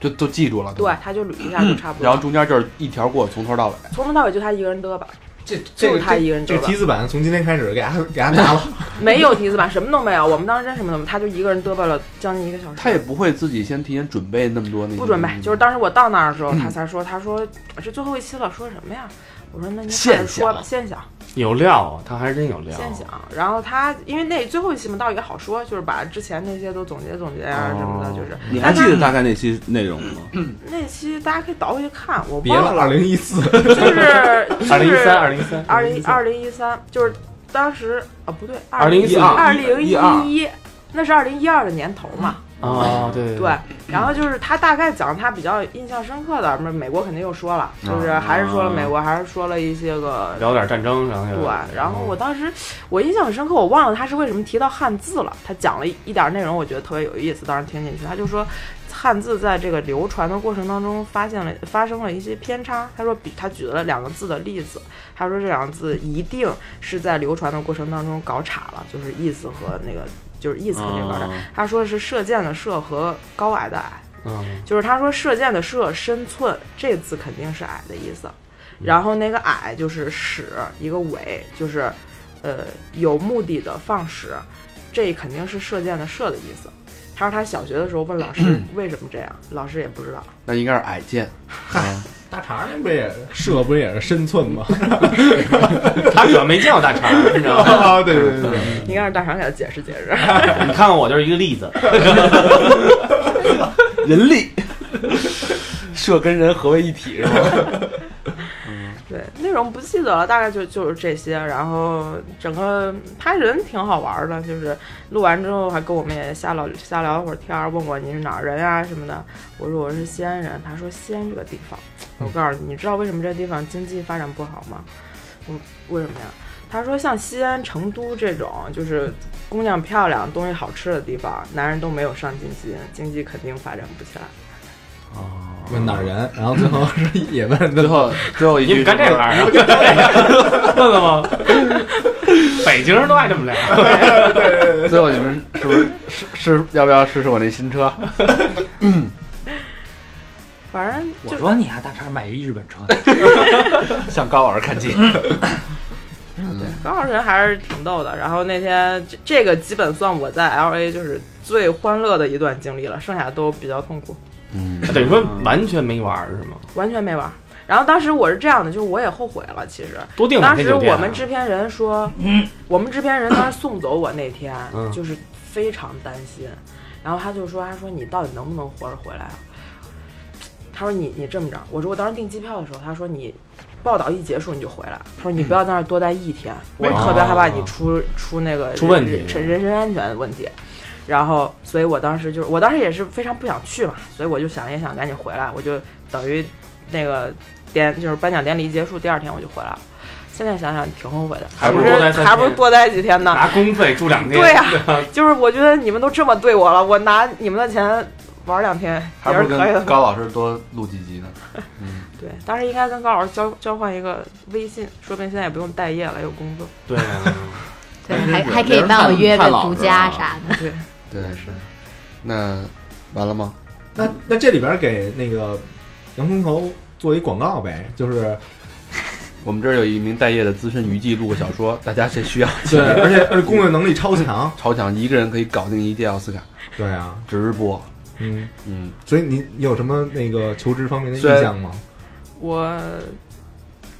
[SPEAKER 2] 就都记住了。
[SPEAKER 8] 对
[SPEAKER 2] 吧，
[SPEAKER 8] 他就捋一下就差不
[SPEAKER 2] 然后
[SPEAKER 8] 多。
[SPEAKER 2] 中间就是一条过，从头到尾。
[SPEAKER 8] 从头到尾就他一个人嘚吧，
[SPEAKER 6] 这
[SPEAKER 8] 就
[SPEAKER 6] 这
[SPEAKER 8] 是他一个人
[SPEAKER 6] 这
[SPEAKER 8] 嘚吧
[SPEAKER 6] 提。字板从今天开始给他给他拿 了，
[SPEAKER 8] 没有提字板，什么都没有。我们当时真什么都没有，他就一个人嘚啵了将近一个小时。
[SPEAKER 2] 他也不嗯会自己先提前准备那么多那些
[SPEAKER 8] 不准备，就是当时我到那儿的时候，
[SPEAKER 2] 嗯
[SPEAKER 8] 他才说，他说哎这最后一期了，说什么呀？我说那您
[SPEAKER 2] 现
[SPEAKER 8] 快点说吧，
[SPEAKER 2] 想
[SPEAKER 8] 现想
[SPEAKER 3] 有料啊，他还真有料。
[SPEAKER 8] 现想。然后他因为那最后一期嘛，倒也好说，就是把之前那些都总结总结啊什么的，就是
[SPEAKER 4] 你还记得大概那期内容吗？
[SPEAKER 8] 那期大家可以倒回去看，我
[SPEAKER 6] 别
[SPEAKER 8] 忘
[SPEAKER 6] 了，二
[SPEAKER 8] 了，
[SPEAKER 6] 零一四，
[SPEAKER 8] 就是就是
[SPEAKER 5] 二零一 三，二零一三，
[SPEAKER 8] 二零二零一三，就是当时啊不对，
[SPEAKER 5] 2014
[SPEAKER 8] 二零
[SPEAKER 4] 一二
[SPEAKER 8] 一，那是二零一二的年头嘛。
[SPEAKER 3] 哦
[SPEAKER 5] 啊，对对
[SPEAKER 8] 对，然后就是他大概讲他比较印象深刻的，美美国肯定又说了，就是
[SPEAKER 5] 嗯
[SPEAKER 8] 还是说
[SPEAKER 5] 啊
[SPEAKER 8] 了美国，还是说了一些个
[SPEAKER 3] 聊点战争，嗯然后
[SPEAKER 8] 对。然后我当时我印象很深刻，我忘了他是为什么提到汉字了。他讲了一一点内容，我觉得特别有意思，当时听进去。他就说汉字在这个流传的过程当中发现了发生了一些偏差。他说比他举了两个字的例子，他说这两个字一定是在流传的过程当中搞岔了，就是意思和那个就是意思和那个搞岔。他说的是射箭的射和高矮的矮。
[SPEAKER 3] 嗯，
[SPEAKER 8] 就是他说射箭的射深寸这字肯定是矮的意思，然后那个矮就是矢一个尾，就是呃有目的的放矢，这肯定是射箭的射的意思。他说他小学的时候问老师为什么这样，老师也不知道。
[SPEAKER 2] 那应该是矮件，
[SPEAKER 6] 大肠那不也射不也是身寸 吗？
[SPEAKER 3] 他主要没见过大肠，你知道吗？
[SPEAKER 6] 啊，对对对对，
[SPEAKER 8] 应该让大肠给他解释解释。
[SPEAKER 3] 你看看我就是一个例 子，
[SPEAKER 2] 人力，社跟人合为一体是吧？
[SPEAKER 8] 对，内容不记得了，大概就就是这些。然后整个他人挺好玩的，就是录完之后还跟我们也瞎聊瞎聊了会儿天儿，问我你是哪儿人呀、什么的。我说我是西安人，他说西安这个地方，我告诉你，你知道为什么这地方经济发展不好吗？我为什么呀？他说像西安、成都这种就是姑娘漂亮、东西好吃的地方，男人都没有上进心，经济肯定发展不起来。
[SPEAKER 6] 问哪儿人，然后最后是也问
[SPEAKER 2] 最后 最后一
[SPEAKER 3] 你
[SPEAKER 2] 句
[SPEAKER 3] 们干这玩 意儿，问问吗？北京人都爱这么聊。
[SPEAKER 2] 最后你们是不是是是要不要试试我那新车？
[SPEAKER 8] 反正
[SPEAKER 5] 我
[SPEAKER 8] 就
[SPEAKER 5] 说你啊，大肠买一日本穿，向高老师看齐。
[SPEAKER 8] 高老师人还是挺逗的。然后那天这这个基本算我在 L A 就是最欢乐的一段经历了，剩下都比较痛苦，
[SPEAKER 2] 嗯，
[SPEAKER 3] 等于说完全没玩儿是吗？
[SPEAKER 8] 完全没玩儿。然后当时我是这样的，就是我也后悔了，其实
[SPEAKER 3] 多订两
[SPEAKER 8] 当
[SPEAKER 3] 天
[SPEAKER 8] 时
[SPEAKER 3] 酒店啊。
[SPEAKER 8] 我们制片人说，我们制片人当时送走我那天，啊
[SPEAKER 3] 嗯
[SPEAKER 8] 就是非常担心，然后他就说，他说你到底能不能活着回来啊？他说你你这么着，我说我当时订机票的时候，他说你报道一结束你就回来，他说你不要在那儿多待一天，我特别害怕你出出那个
[SPEAKER 3] 嗯哦出问题
[SPEAKER 8] 人人人身安全问题。然后，所以我当时就是，我当时也是非常不想去嘛，所以我就想也想赶紧回来，我就等于那个典就是颁奖典礼一结束，第二天我就回来了。现在想想挺后悔的，
[SPEAKER 3] 还不
[SPEAKER 8] 不
[SPEAKER 3] 如
[SPEAKER 8] 是
[SPEAKER 3] 多待三
[SPEAKER 8] 还不如
[SPEAKER 3] 天
[SPEAKER 8] 多待几天呢？
[SPEAKER 3] 拿公费住两天，
[SPEAKER 8] 对啊呀、就是我觉得你们都这么对我了，我拿你们的钱玩两天
[SPEAKER 2] 还
[SPEAKER 8] 也
[SPEAKER 2] 不
[SPEAKER 8] 是
[SPEAKER 2] 如
[SPEAKER 8] 可以
[SPEAKER 2] 跟
[SPEAKER 8] 的。
[SPEAKER 2] 高老师多录几集呢。
[SPEAKER 8] 对，当时应该跟高老师交交换一个微信，说不定现在也不用待业了，有工作。
[SPEAKER 3] 对啊呀、
[SPEAKER 7] 对，
[SPEAKER 4] 真
[SPEAKER 7] 还
[SPEAKER 4] 是
[SPEAKER 7] 还可以帮我约
[SPEAKER 4] 太
[SPEAKER 7] 个
[SPEAKER 4] 老
[SPEAKER 7] 独
[SPEAKER 4] 实
[SPEAKER 7] 家
[SPEAKER 4] 了
[SPEAKER 7] 啥的。
[SPEAKER 8] 对，
[SPEAKER 2] 对，是。那完了吗？
[SPEAKER 6] 那那这里边给那个洋葱头做一广告呗，就是
[SPEAKER 2] 我们这儿有一名待业的资深娱记录过小说，大家谁 需要？
[SPEAKER 6] 对， 而且而且攻略能力超强，
[SPEAKER 2] 超强一个人可以搞定一届奥斯卡
[SPEAKER 6] 对啊，
[SPEAKER 2] 直播。
[SPEAKER 6] 嗯，
[SPEAKER 2] 嗯，
[SPEAKER 6] 所以你你有什么那个求职方面的意向吗？
[SPEAKER 8] 我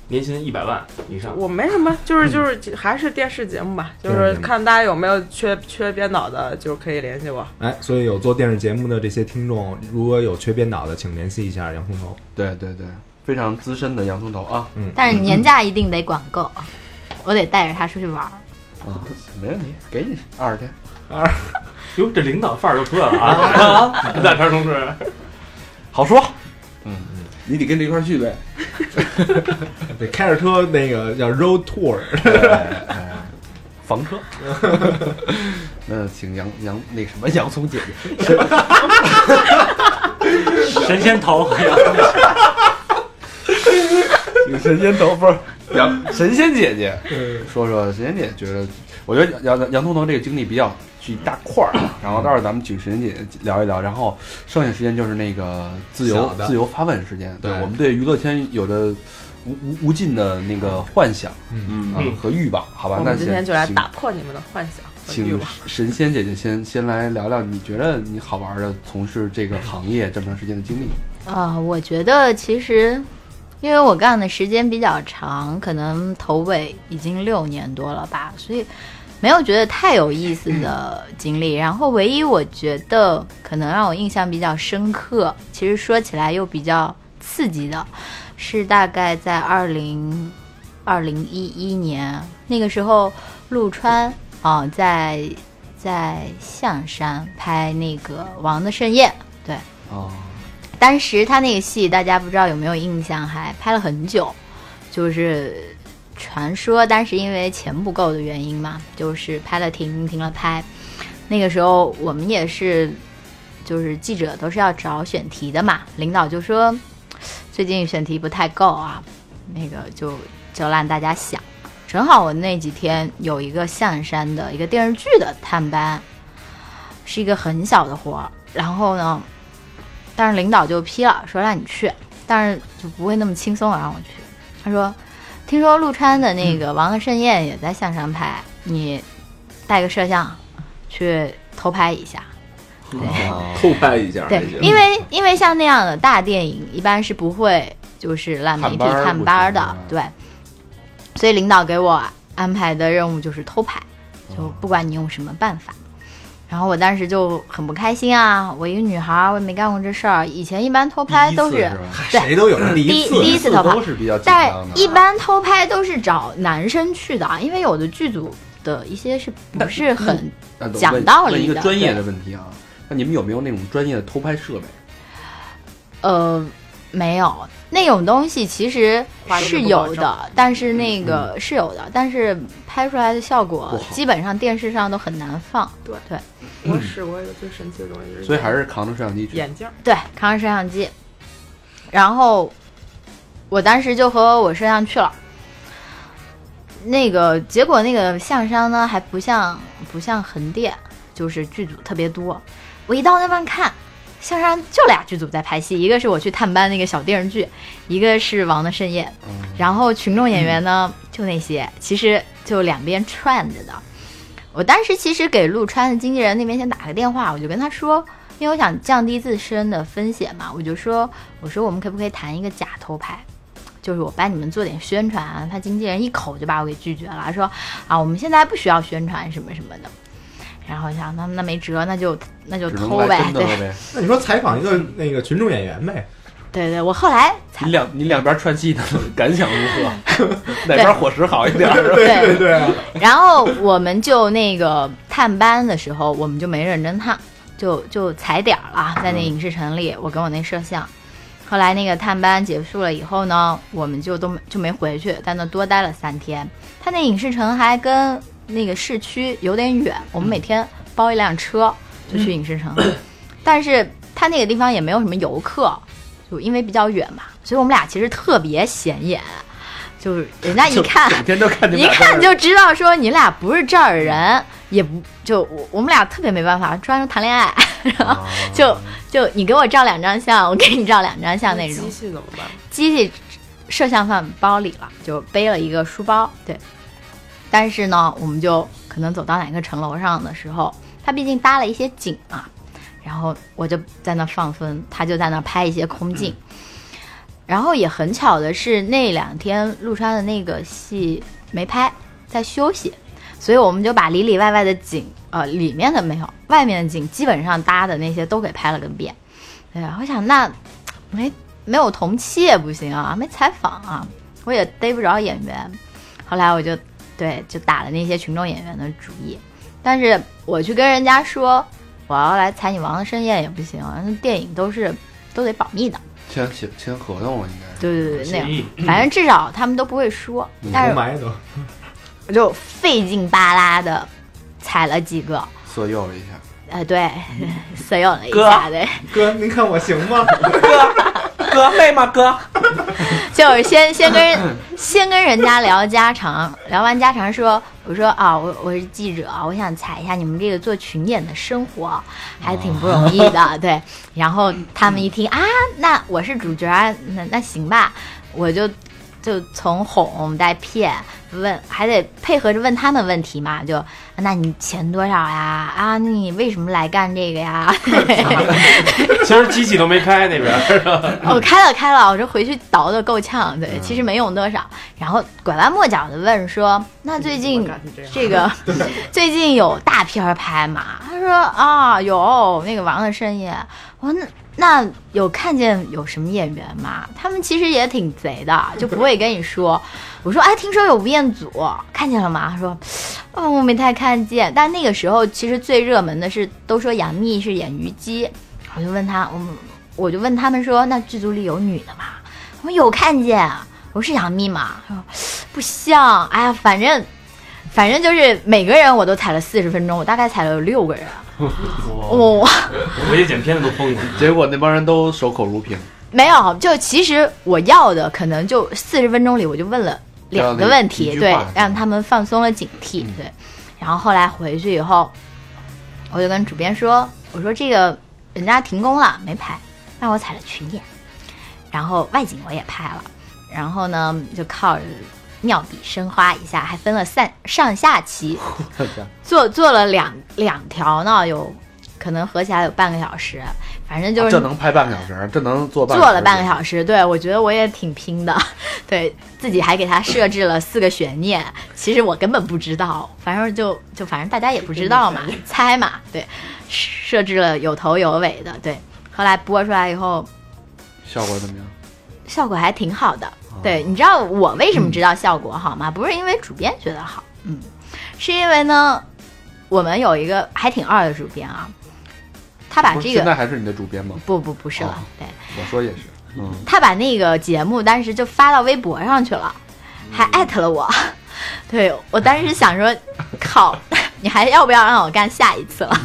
[SPEAKER 3] 年薪一百万以上，
[SPEAKER 8] 我没什么，就是就是还是电视节目吧，就是看大家有没有缺缺编导的，就是可以联系我。
[SPEAKER 6] 哎，所以有做电视节目的这些听众，如果有缺编导的，请联系一下洋葱头。
[SPEAKER 2] 对对对，非常资深的洋葱头啊
[SPEAKER 6] 嗯，
[SPEAKER 7] 但是年假一定得管够，我得带着他出去玩儿。
[SPEAKER 2] 啊，没问题，给你二十天。
[SPEAKER 3] 哟，这领导范儿又出来了啊！ 大片同志，
[SPEAKER 2] 好说，
[SPEAKER 4] 嗯
[SPEAKER 2] 嗯
[SPEAKER 4] 你得跟着一块儿去呗。
[SPEAKER 6] 得开着车那个叫 road tour，
[SPEAKER 2] 房车。那请洋洋那个什么 洋葱姐姐，
[SPEAKER 5] 神仙头，哎
[SPEAKER 2] 请神仙头不是洋神仙姐姐，说说神仙姐姐觉得，我觉得洋洋洋葱头这个经历比较是一大 块儿，然后到时候咱们请神仙姐姐聊一聊，然后剩下时间就是那个自由
[SPEAKER 6] 小的
[SPEAKER 2] 自由发问时间。对
[SPEAKER 6] 对
[SPEAKER 2] 我们对娱乐圈有着无无无尽的那个幻想
[SPEAKER 4] 嗯
[SPEAKER 2] 啊和欲望，好吧？
[SPEAKER 8] 我
[SPEAKER 2] 那
[SPEAKER 8] 们今天
[SPEAKER 2] 先
[SPEAKER 8] 就来
[SPEAKER 2] 请
[SPEAKER 8] 打破你们的幻想和欲
[SPEAKER 2] 请
[SPEAKER 8] 望。
[SPEAKER 2] 神仙姐姐先先来聊聊，你觉得你好玩的从事这个行业这么长时间的经历？
[SPEAKER 7] 呃，我觉得其实，因为我干的时间比较长，可能头尾已经六年多了吧，所以没有觉得太有意思的经历。然后，唯一我觉得可能让我印象比较深刻，其实说起来又比较刺激的，是大概在二零二零一一年那个时候，陆川啊、在在象山拍那个《王的盛宴》。对，
[SPEAKER 2] 哦，
[SPEAKER 7] 当时他那个戏，大家不知道有没有印象，还拍了很久，就是传说当时因为钱不够的原因嘛，就是拍了停，停了拍。那个时候我们也是，就是记者都是要找选题的嘛，领导就说最近选题不太够啊，那个就就让大家想。正好我那几天有一个象山的一个电视剧的探班，是一个很小的活儿，然后呢，但是领导就批了，说让你去，但是就不会那么轻松地让我去。他说，听说陆川的那个《王的盛宴》也在象山拍，你带个摄像去偷拍一下。
[SPEAKER 2] 啊
[SPEAKER 4] 偷拍一下还
[SPEAKER 7] 对
[SPEAKER 4] 行，，
[SPEAKER 7] 因为因为像那样的大电影一般是不会就是让媒体
[SPEAKER 2] 探班儿
[SPEAKER 7] 探班儿
[SPEAKER 2] 不
[SPEAKER 7] 的
[SPEAKER 2] 行，啊
[SPEAKER 7] 对。所以领导给我安排的任务就是偷拍，
[SPEAKER 2] 哦
[SPEAKER 7] 就不管你用什么办法。然后我当时就很不开心啊！我一个女孩儿，我也没干过这事儿。以前一般偷拍都
[SPEAKER 2] 第一次是吧
[SPEAKER 7] 对
[SPEAKER 6] 谁都有这第
[SPEAKER 7] 第
[SPEAKER 6] 一次。
[SPEAKER 7] 第一次偷拍
[SPEAKER 2] 都，是比较紧
[SPEAKER 7] 但
[SPEAKER 2] 张的。
[SPEAKER 7] 一般偷拍都是找男生去的啊，因为有的剧组的一些是不是很
[SPEAKER 2] 但
[SPEAKER 7] 讲道理的
[SPEAKER 2] 问一个专业的问题啊，那你们有没有那种专业的偷拍设备？
[SPEAKER 7] 呃，没有那种东西，其实
[SPEAKER 8] 花式
[SPEAKER 7] 是
[SPEAKER 8] 不
[SPEAKER 7] 有
[SPEAKER 8] 保证
[SPEAKER 7] 的，但是那个、是有的，但是拍出来的效
[SPEAKER 2] 不
[SPEAKER 7] 果
[SPEAKER 2] 好
[SPEAKER 7] 基本上电视上都很难放。
[SPEAKER 8] 我试过一个最神奇的东西，就是
[SPEAKER 2] 所以还是扛着摄像机去。
[SPEAKER 8] 眼镜儿。
[SPEAKER 7] 对，扛着摄像机，然后我当时就和我摄像去了。那个结果，那个象山呢，还不像不像横店，就是剧组特别多。我一到那边看，象山就俩剧组在拍戏，一个是我去探班那个小电视剧，一个是《王的盛宴》，
[SPEAKER 2] 嗯
[SPEAKER 7] 然后群众演员呢就那些，其实就两边串着的。我当时其实给陆川的经纪人那边先打个电话，我就跟他说，因为我想降低自身的风险嘛，我就说，我说我们可不可以谈一个假偷拍？就是我帮你们做点宣传啊，他经纪人一口就把我给拒绝了，说啊，我们现在不需要宣传什么什么的。然后我想，那那没辙，那就那就
[SPEAKER 2] 只能
[SPEAKER 7] 偷
[SPEAKER 2] 来
[SPEAKER 7] 呗，
[SPEAKER 2] 真的
[SPEAKER 7] 对
[SPEAKER 2] 了 呗。
[SPEAKER 6] 那你说采访一个那个群众演员呗，
[SPEAKER 7] 对对，我后来才
[SPEAKER 2] 你两你两边串戏的 感想如何？
[SPEAKER 7] 嗯
[SPEAKER 2] 哪边伙食好一点？
[SPEAKER 7] 对，
[SPEAKER 6] 对啊，
[SPEAKER 7] 然后我们就那个探班的时候，我们就没认真探，就就踩点儿了，在那影视城里，我跟我那摄像。后来那个探班结束了以后呢，我们就都没就没回去，在那多待了三天。他那影视城还跟那个市区有点远，我们每天包一辆车就去影视城，
[SPEAKER 2] 嗯
[SPEAKER 7] 但是他那个地方也没有什么游客，就因为比较远嘛，所以我们俩其实特别显眼，就是人家一看
[SPEAKER 2] 每天都看你们
[SPEAKER 7] 一
[SPEAKER 2] 俩在那
[SPEAKER 7] 看
[SPEAKER 2] 儿
[SPEAKER 7] 就知道说你俩不是这儿人，也不就我我们俩特别没办法，专门谈恋爱，然
[SPEAKER 2] 哦
[SPEAKER 7] 后就就你给我照两张相，我给你照两张相那种
[SPEAKER 8] 机。器怎么办？
[SPEAKER 7] 机器摄像放包里了，就背了一个书包，对。但是呢，我们就可能走到哪个城楼上的时候，他毕竟搭了一些景嘛、然后我就在那放风，他就在那拍一些空镜。然后也很巧的是，那两天陆川的那个戏没拍，在休息，所以我们就把里里外外的景，呃，里面的没有，外面的景基本上搭的那些都给拍了个遍。对啊，我想那哎没没有同期也不行啊，没采访啊，我也逮不着演员。后来我就对就打了那些群众演员的主意，但是我去跟人家说我要来采你王的盛宴也不行啊，那电影都是都得保密的。
[SPEAKER 2] 签签签合同了，应该是。
[SPEAKER 7] 对对对，那样，反正至少他们都不会说。但
[SPEAKER 6] 雾
[SPEAKER 7] 是
[SPEAKER 6] 霾都
[SPEAKER 7] 我就费劲巴拉的采了几个，
[SPEAKER 2] 色诱了一下，
[SPEAKER 7] 呃，对， 色诱了一下，对。
[SPEAKER 6] 哥，您看我行吗？
[SPEAKER 2] 哥累吗？哥，
[SPEAKER 7] 就是先先跟先跟人家聊家常，聊完家常说，我说啊，我我是记者，我想采一下你们这个做群演的生活，还挺不容易的，对。然后他们一听啊，那我是主角，啊那那行吧，我就就从哄带骗，问还得配合着问他们问题嘛，就那你钱多少呀？啊，那你为什么来干这个呀？
[SPEAKER 3] 其实机器都没开那边儿，
[SPEAKER 7] 哦，开了开了，我这回去倒的够呛，对，其实没用多少。然后拐弯抹角的问说：“那最近这个最近有大片儿拍吗？”他说：“啊，有那个《王的盛宴》。”我说：“那那有看见有什么演员吗？他们其实也挺贼的，就不会跟你说。”我说：“哎，听说有吴彦祖，看见了吗？”他说：“哦，我没太看见。”但那个时候其实最热门的是都说杨幂是演虞姬，我就问他，我嗯们我就问他们说，那剧组里有女的吗？我有看见，我说是杨幂吗？他说不像，哎呀，反正反正就是每个人我都踩了四十分钟，我大概踩了有六个人，我、
[SPEAKER 3] 回去剪片子都疯了。
[SPEAKER 2] 结果那帮人都守口如瓶，
[SPEAKER 7] 没有，就其实我要的可能就四十分钟里，我就问了两个问题，
[SPEAKER 2] 这样的一句
[SPEAKER 7] 对
[SPEAKER 2] 话，嗯
[SPEAKER 7] 让他们放松了警惕，对。然后后来回去以后，我就跟主编说：“我说这个人家停工了，没拍，但我采了群演，然后外景我也拍了，然后呢就靠着妙笔生花一下，还分了三上下 期，做做了两两条呢，有可能合起来有半个小时，反正就是
[SPEAKER 2] 啊哦这能拍半个小时，这能做半
[SPEAKER 7] 做了半个
[SPEAKER 2] 时。
[SPEAKER 7] 小时，对我觉得我也挺拼的， 对自己还给他设置了四个悬念，其实我根本不知道，反正就就反正大家也不知道嘛，猜嘛，对，设置了有头有尾的，对，后来播出来以后
[SPEAKER 2] 效果怎么样？
[SPEAKER 7] 效果还挺好的，
[SPEAKER 2] 哦
[SPEAKER 7] 对，你知道我为
[SPEAKER 2] 嗯
[SPEAKER 7] 什么知道效果好吗？不是因为主编觉得好，嗯，是因为呢，我们有一个还挺二的主编啊，他把
[SPEAKER 2] 不是
[SPEAKER 7] 这
[SPEAKER 2] 现在
[SPEAKER 7] 个
[SPEAKER 2] 还是你的主编吗？
[SPEAKER 7] 不不不是了
[SPEAKER 2] 哦，
[SPEAKER 7] 对。
[SPEAKER 2] 我说也是，嗯，
[SPEAKER 7] 他把那个节目当时就发到微博上去了，还艾特了我。 对我当时想说，靠， 你还要不要让我干下一次了？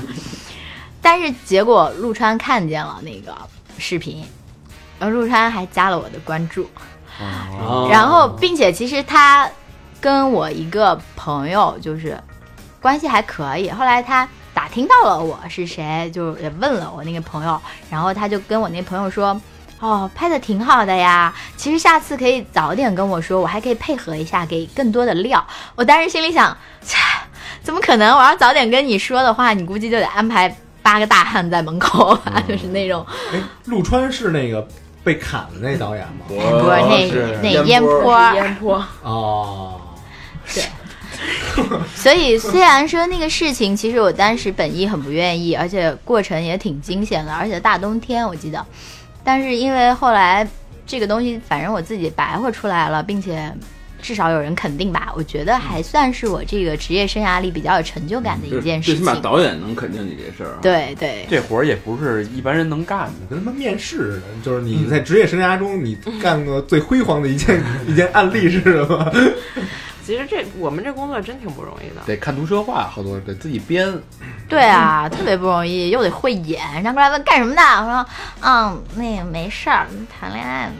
[SPEAKER 7] 但是结果陆川看见了那个视频，然后陆川还加了我的关注，嗯
[SPEAKER 3] 嗯
[SPEAKER 7] 然后并且其实他跟我一个朋友就是关系还可以，后来他打听到呃了我是谁，就也问了我那个朋友，然后他就跟我那朋友说。哦，拍的挺好的呀。其实下次可以早点跟我说，我还可以配合一下，给更多的料。我当时心里想，切，怎么可能？我要早点跟你说的话，你估计就得安排八个大汉在门口 吧，就是那种。
[SPEAKER 6] 哎，陆川是那个被砍的那导演吗？
[SPEAKER 7] 不是那那
[SPEAKER 4] 烟
[SPEAKER 7] 波
[SPEAKER 4] 波
[SPEAKER 7] 儿，
[SPEAKER 8] 烟波，
[SPEAKER 6] 哦，
[SPEAKER 7] 所以虽然说那个事情，其实我当时本意很不愿意，而且过程也挺惊险的，而且大冬天我记得，但是因为后来这个东西，反正我自己白活出来了，并且。至少有人肯定吧，我觉得还算是我这个职业生涯里比较有成就感的 一件事
[SPEAKER 4] 最起
[SPEAKER 7] 情。
[SPEAKER 4] 码导演能肯定你这事儿啊。
[SPEAKER 7] 对对，
[SPEAKER 2] 这活儿也不是一般人能干的。
[SPEAKER 6] 跟他妈面试似的，就是你在职业生涯中你干过最辉煌的一件
[SPEAKER 7] 嗯
[SPEAKER 6] 一件案例是什么？
[SPEAKER 8] 其实这我们这工作真挺不容易的。
[SPEAKER 2] 得看图说话，好多人得自己编。
[SPEAKER 7] 对啊，特别不容易，又得会演。然后过来问干什么的，我说，嗯，那个没事儿，谈恋爱呢。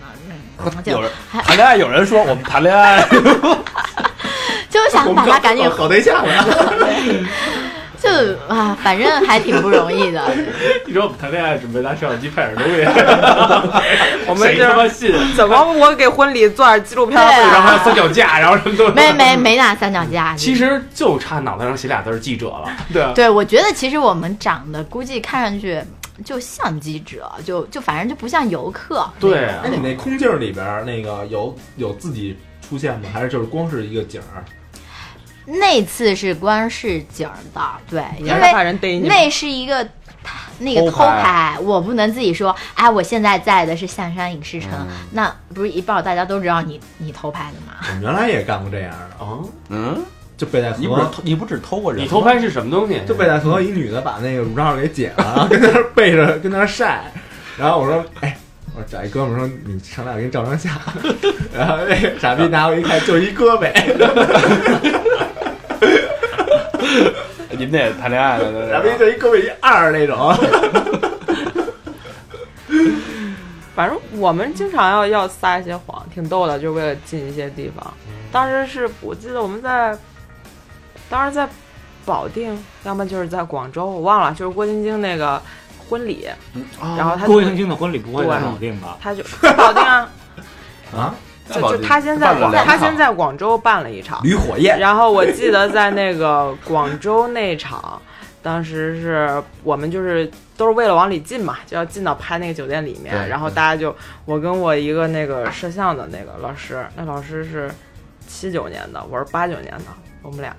[SPEAKER 7] 嗯，就
[SPEAKER 2] 有人谈恋爱，有人说我们谈恋爱，
[SPEAKER 7] 就想把他赶紧
[SPEAKER 6] 搞搞对 象了，
[SPEAKER 7] 就啊，反正还挺不容易的。
[SPEAKER 3] 你说我们谈恋爱准备拿摄像机拍点东西，
[SPEAKER 8] 我们
[SPEAKER 3] 谁
[SPEAKER 8] 这
[SPEAKER 3] 他
[SPEAKER 8] 儿
[SPEAKER 3] 妈信？
[SPEAKER 8] 怎么我给婚礼做点纪录片儿？
[SPEAKER 7] 对啊
[SPEAKER 3] 然后还有三脚架，然后什么都
[SPEAKER 7] 没没没拿三脚架。
[SPEAKER 3] 其实就差脑袋上写俩字儿记者了。对啊，
[SPEAKER 7] 对，我觉得其实我们长得估计看上去就像记者，就就反正就不像游客。
[SPEAKER 3] 对啊
[SPEAKER 6] 哎，你那空镜儿里边儿那个有有自己出现吗？还是就是光是一个景儿？
[SPEAKER 7] 那次是光是景儿的，对，因
[SPEAKER 8] 还是
[SPEAKER 7] 为
[SPEAKER 8] 怕人逮你。
[SPEAKER 7] 那是一个那个偷
[SPEAKER 2] 偷
[SPEAKER 7] 拍，我不能自己说，哎，我现在在的是象山影视城，
[SPEAKER 8] 嗯
[SPEAKER 7] 那不是一报大家都知道你你偷拍的吗？
[SPEAKER 6] 我们原来也干过这样的，
[SPEAKER 3] 哦，
[SPEAKER 2] 嗯，
[SPEAKER 6] 就北戴
[SPEAKER 2] 你不是
[SPEAKER 6] 河，
[SPEAKER 2] 偷你不只偷过人，
[SPEAKER 3] 你偷拍是什么东西？
[SPEAKER 6] 就北戴河一女的把那个乳罩给解了，然后跟那儿背着跟那儿晒，然后我说，哎。我说找一哥们儿说你上来我给你照张相，然后那个傻逼拿我一看就一胳膊，
[SPEAKER 2] 你们得谈恋爱了。
[SPEAKER 6] 傻逼就一胳膊一二那种，
[SPEAKER 8] 反正我们经常要要撒一些谎，挺逗的，就为了进一些地方。当时是我记得我们在，当时在保定，要么就是在广州，我忘了，就是郭晶晶那个婚礼，
[SPEAKER 2] 哦
[SPEAKER 8] 然后他
[SPEAKER 5] 哦
[SPEAKER 8] 就
[SPEAKER 5] 郭晶晶的婚礼不会在
[SPEAKER 8] 对
[SPEAKER 5] 保定吧？
[SPEAKER 8] 他就 保定啊，
[SPEAKER 6] 啊，
[SPEAKER 8] 就就他先在广他先在广州办了一场，
[SPEAKER 6] 驴火焰，
[SPEAKER 8] 然后我记得在那个广州那场， 当时是我们就是都是为了往里进嘛，就要进到拍那个酒店里面，
[SPEAKER 6] 对
[SPEAKER 8] 然后大家就我跟我一个那个摄像的那个老师，那老师是七九年的，我是八九年的，我们俩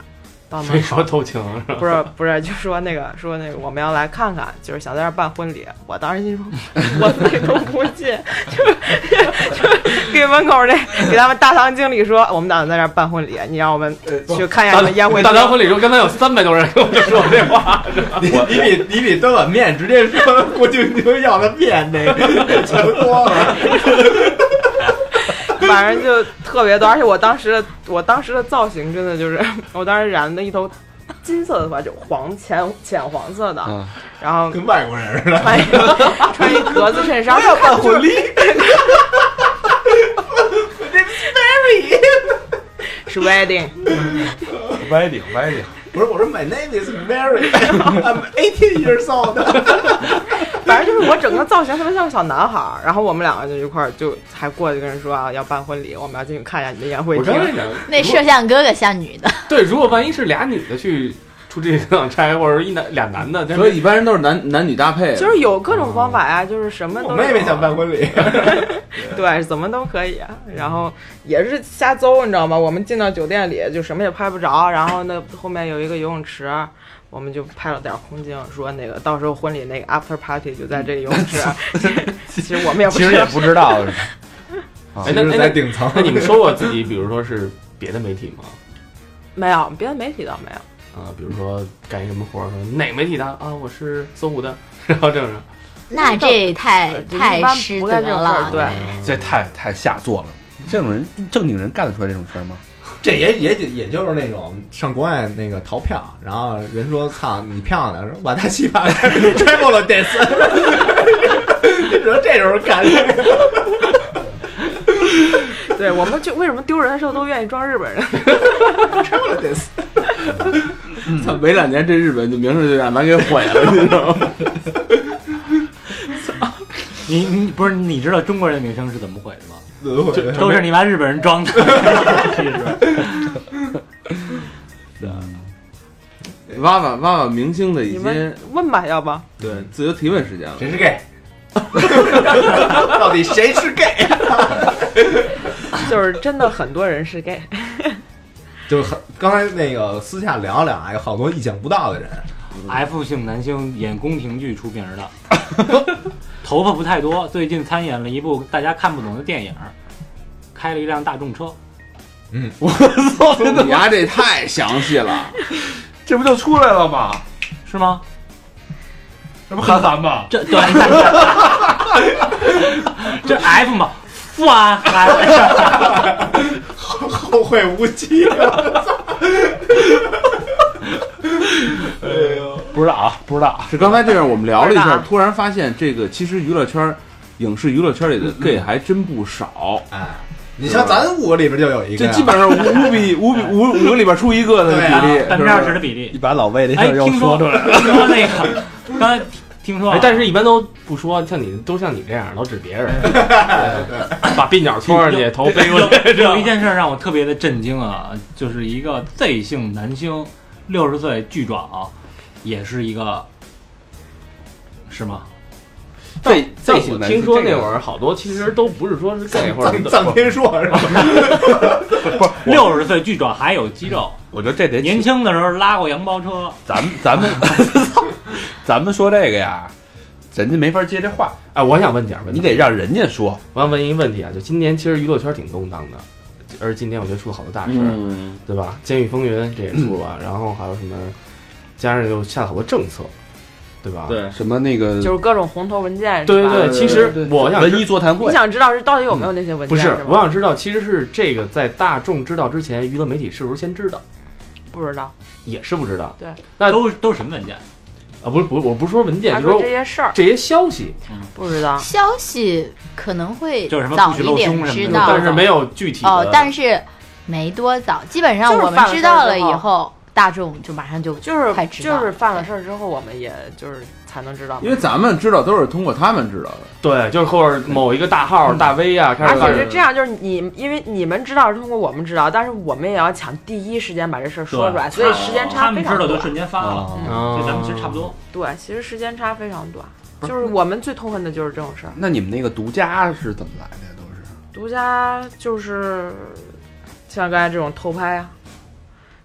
[SPEAKER 8] 到
[SPEAKER 3] 所以
[SPEAKER 8] 门口
[SPEAKER 3] 说偷情啊是 吧？
[SPEAKER 8] 不是不是，就说那个说那个我们要来看看，就是想在这儿办婚礼。我当时心说， 我自己都不信，就是就是给门口这给他们大堂经理说，我们打算在这儿办婚礼，你让我们去看一下
[SPEAKER 3] 大
[SPEAKER 8] 你们宴会。
[SPEAKER 3] 大堂婚礼时候，刚才有三百多人跟我说这话，
[SPEAKER 6] 你你比你比端碗面直接说郭晶晶要的面那个强多了。
[SPEAKER 8] 反正就特别多，而且我当时的我当时的造型真的就是，我当时染的一头金色的发，就黄浅浅黄色的，
[SPEAKER 2] 嗯
[SPEAKER 8] 然后
[SPEAKER 6] 跟外国人似的。
[SPEAKER 8] 穿一个穿一格子衬衫，就看就是
[SPEAKER 6] 婚礼，
[SPEAKER 8] 是 wedding。
[SPEAKER 2] 歪顶歪顶，
[SPEAKER 6] 不是我说 My name is Mary, I'm eighteen years old。
[SPEAKER 8] 反正就是我整个造型特别像个小男孩儿，然后我们两个就一块儿就还过去跟人说啊要办婚礼，我们要进去看一下你的宴会
[SPEAKER 3] 我
[SPEAKER 8] 厅
[SPEAKER 3] 刚。才想，
[SPEAKER 7] 那摄像哥哥像女的，
[SPEAKER 3] 对，如果万一是俩女的去出这场差，或者一男俩男的，
[SPEAKER 4] 所以一般人都是男男女搭配，
[SPEAKER 8] 就是有各种方法呀，就是什么都
[SPEAKER 6] 我妹妹想办婚礼，
[SPEAKER 3] 啊
[SPEAKER 8] 对，怎么都可以。啊然后也是瞎诌，你知道吗？我们进到酒店里就什么也拍不着，然后那后面有一个游泳池，我们就拍了点空镜，说那个到时候婚礼那个 after party 就在这个游泳池。 其实我们也不
[SPEAKER 2] 其实
[SPEAKER 8] 知
[SPEAKER 2] 也
[SPEAKER 8] 道，
[SPEAKER 2] 不知道。
[SPEAKER 3] 哎，那
[SPEAKER 6] 就是
[SPEAKER 3] 那
[SPEAKER 6] 在
[SPEAKER 3] 那
[SPEAKER 6] 顶层。
[SPEAKER 3] 那 你们说过自己，比如说是别的媒体吗？
[SPEAKER 8] 没有别的媒体倒没有。
[SPEAKER 3] 啊，比如说干一什么活儿，说哪个媒体的啊？我是搜狐的， 然后这种人，
[SPEAKER 7] 那这太
[SPEAKER 8] 呃就一般
[SPEAKER 7] 太失
[SPEAKER 8] 不
[SPEAKER 7] 德
[SPEAKER 8] 干这种事儿
[SPEAKER 7] 了。
[SPEAKER 8] 对，
[SPEAKER 2] 这太太下作了。这种人正经人干得出来这种事儿吗？
[SPEAKER 6] 这也也也就是那种上国外那个逃票，然后人说操你漂亮，说瓦达西吧 travel 了 this，说这时候干这个，
[SPEAKER 8] 对，我们就为什么丢人的时候都愿意装日本人？
[SPEAKER 6] travel 了 this。
[SPEAKER 2] 嗯
[SPEAKER 4] 操，没两年这日本就名声就让咱给毁了，你知道吗？
[SPEAKER 5] 你你不是你知道中国人的名声是怎么毁的 吗？
[SPEAKER 6] 轮回
[SPEAKER 5] 都是你妈日本人装的。其 实
[SPEAKER 4] 挖挖挖挖明星的一些
[SPEAKER 8] 你们问吧，要不
[SPEAKER 4] 对自由提问时间了。
[SPEAKER 1] 谁是 gay？到底谁是 gay？
[SPEAKER 8] 就是真的很多人是 gay，
[SPEAKER 6] 就是很刚才那个私下聊聊啊，有好多意想不到的人，
[SPEAKER 5] F 姓男星演宫廷剧出名的， 头发不太多，最近参演了一部大家看不懂的电影，开了一辆大众车。
[SPEAKER 4] 你丫这太详细了，
[SPEAKER 1] 这不就出来了吗？
[SPEAKER 5] 是吗？
[SPEAKER 1] 这不韩寒吗？
[SPEAKER 5] 这对，这 F 嘛，哎哇，
[SPEAKER 6] 后会无期。
[SPEAKER 5] 不知道啊，不知道啊。
[SPEAKER 4] 是刚才这样我们聊了一
[SPEAKER 8] 二
[SPEAKER 4] 下，
[SPEAKER 8] 大
[SPEAKER 4] 突然发现这个其实娱乐圈儿、影视娱乐圈里
[SPEAKER 2] 嗯
[SPEAKER 4] 的 gay 还真不少，
[SPEAKER 6] 哎，你像咱五个里边就有一个
[SPEAKER 4] 这
[SPEAKER 6] 呀，
[SPEAKER 2] 啊
[SPEAKER 4] 基本上五五比五比五五个里边出一个的
[SPEAKER 6] 对
[SPEAKER 4] 比
[SPEAKER 6] 啊
[SPEAKER 4] 例，
[SPEAKER 5] 半
[SPEAKER 4] 是
[SPEAKER 5] 边
[SPEAKER 4] 吧
[SPEAKER 5] 儿纸的比例。
[SPEAKER 6] 把老魏这
[SPEAKER 5] 哎，听说 听说那个，刚才听说啊
[SPEAKER 3] 哎，，但是一般都不说，像你都像你这样老指别人，把鬓角搓上去，头飞过去，
[SPEAKER 5] 有有一件事让我特别的震惊啊，就是一个 Z 姓男星，六十岁巨壮啊，也是一个，是吗？
[SPEAKER 2] 这这
[SPEAKER 3] 但
[SPEAKER 2] 些
[SPEAKER 3] 我
[SPEAKER 2] 男
[SPEAKER 3] 听说那会
[SPEAKER 2] 儿
[SPEAKER 3] 儿好多其实都不是说是 gay 或者
[SPEAKER 6] 藏藏天硕是吧？
[SPEAKER 5] 六十岁巨壮还有肌肉，
[SPEAKER 2] 我觉得这得
[SPEAKER 3] 哎
[SPEAKER 5] 年轻的时候拉过洋包车，
[SPEAKER 2] 咱们 咱们 咱们说这个呀，人家没法接这话，
[SPEAKER 3] 哎，我想问点儿问
[SPEAKER 2] 你
[SPEAKER 3] 题，
[SPEAKER 2] 得让人家说。
[SPEAKER 3] 我想问一个问题啊，就今年其实娱乐圈挺动荡的，而今天我觉得出了好多大事儿，
[SPEAKER 4] 嗯，
[SPEAKER 3] 对吧？监狱风云这也出了，
[SPEAKER 2] 嗯
[SPEAKER 3] 然后还有什么，加上又下了好多政策，对吧？
[SPEAKER 4] 对，
[SPEAKER 2] 什么那个
[SPEAKER 8] 就是呃各种红头文件。
[SPEAKER 3] 对
[SPEAKER 8] 是吧
[SPEAKER 3] 对
[SPEAKER 4] 对
[SPEAKER 3] 其实
[SPEAKER 2] 呃对
[SPEAKER 3] 我想知
[SPEAKER 2] 文艺座谈
[SPEAKER 8] 你
[SPEAKER 2] 会，
[SPEAKER 8] 想知道是到底有没有那些文
[SPEAKER 3] 不
[SPEAKER 8] 件？
[SPEAKER 3] 是，
[SPEAKER 8] 吗
[SPEAKER 3] 我想知道，其实是这个在大众知道之前，娱乐媒体是不是先知道，
[SPEAKER 8] 不知道，
[SPEAKER 3] 也是不知道
[SPEAKER 5] 啊都是都是什么文件？
[SPEAKER 3] 啊？不是不是，我不是说文件，
[SPEAKER 8] 他
[SPEAKER 3] 就是
[SPEAKER 8] 说
[SPEAKER 3] 说
[SPEAKER 8] 啊这些事儿
[SPEAKER 3] 这些消息，
[SPEAKER 8] 不知道。
[SPEAKER 7] 消息可能会
[SPEAKER 5] 就是什么
[SPEAKER 7] 早
[SPEAKER 5] 不许
[SPEAKER 7] 一
[SPEAKER 5] 露
[SPEAKER 7] 点
[SPEAKER 5] 胸什么
[SPEAKER 7] 知
[SPEAKER 5] 的
[SPEAKER 8] 哦
[SPEAKER 7] 道，
[SPEAKER 3] 但是没有具体的。
[SPEAKER 7] 哦，但是没多早，基本上
[SPEAKER 8] 就是
[SPEAKER 7] 我们
[SPEAKER 8] 犯了
[SPEAKER 7] 知
[SPEAKER 8] 事儿
[SPEAKER 7] 道
[SPEAKER 8] 之
[SPEAKER 7] 了以
[SPEAKER 8] 后
[SPEAKER 7] 后，大众就马上就
[SPEAKER 8] 就是
[SPEAKER 7] 快知道
[SPEAKER 8] 就是犯了事儿之后，我们也就是才能知道嘛。
[SPEAKER 4] 因为咱们知道都是通过他们知道的，
[SPEAKER 3] 对，就是或者某一个大号、大 V 啊，开
[SPEAKER 8] 嗯而
[SPEAKER 3] 始发
[SPEAKER 8] 且是这样，就是你，因为你们知道是通过我们知道，但是我们也要抢第一时间把这事儿说出来，所以时间
[SPEAKER 5] 他
[SPEAKER 8] 差
[SPEAKER 5] 们
[SPEAKER 8] 非
[SPEAKER 5] 知
[SPEAKER 8] 常
[SPEAKER 5] 道就
[SPEAKER 8] 短。
[SPEAKER 5] 瞬间发了，
[SPEAKER 8] 嗯
[SPEAKER 5] 所
[SPEAKER 3] 啊
[SPEAKER 5] 以咱们其实差不。多。
[SPEAKER 8] 对，其实时间差非常短，就是我们最痛恨的就是这种事儿。
[SPEAKER 2] 那你们那个独家是怎么来的呀？都是
[SPEAKER 8] 独家就是像刚才这种偷拍啊，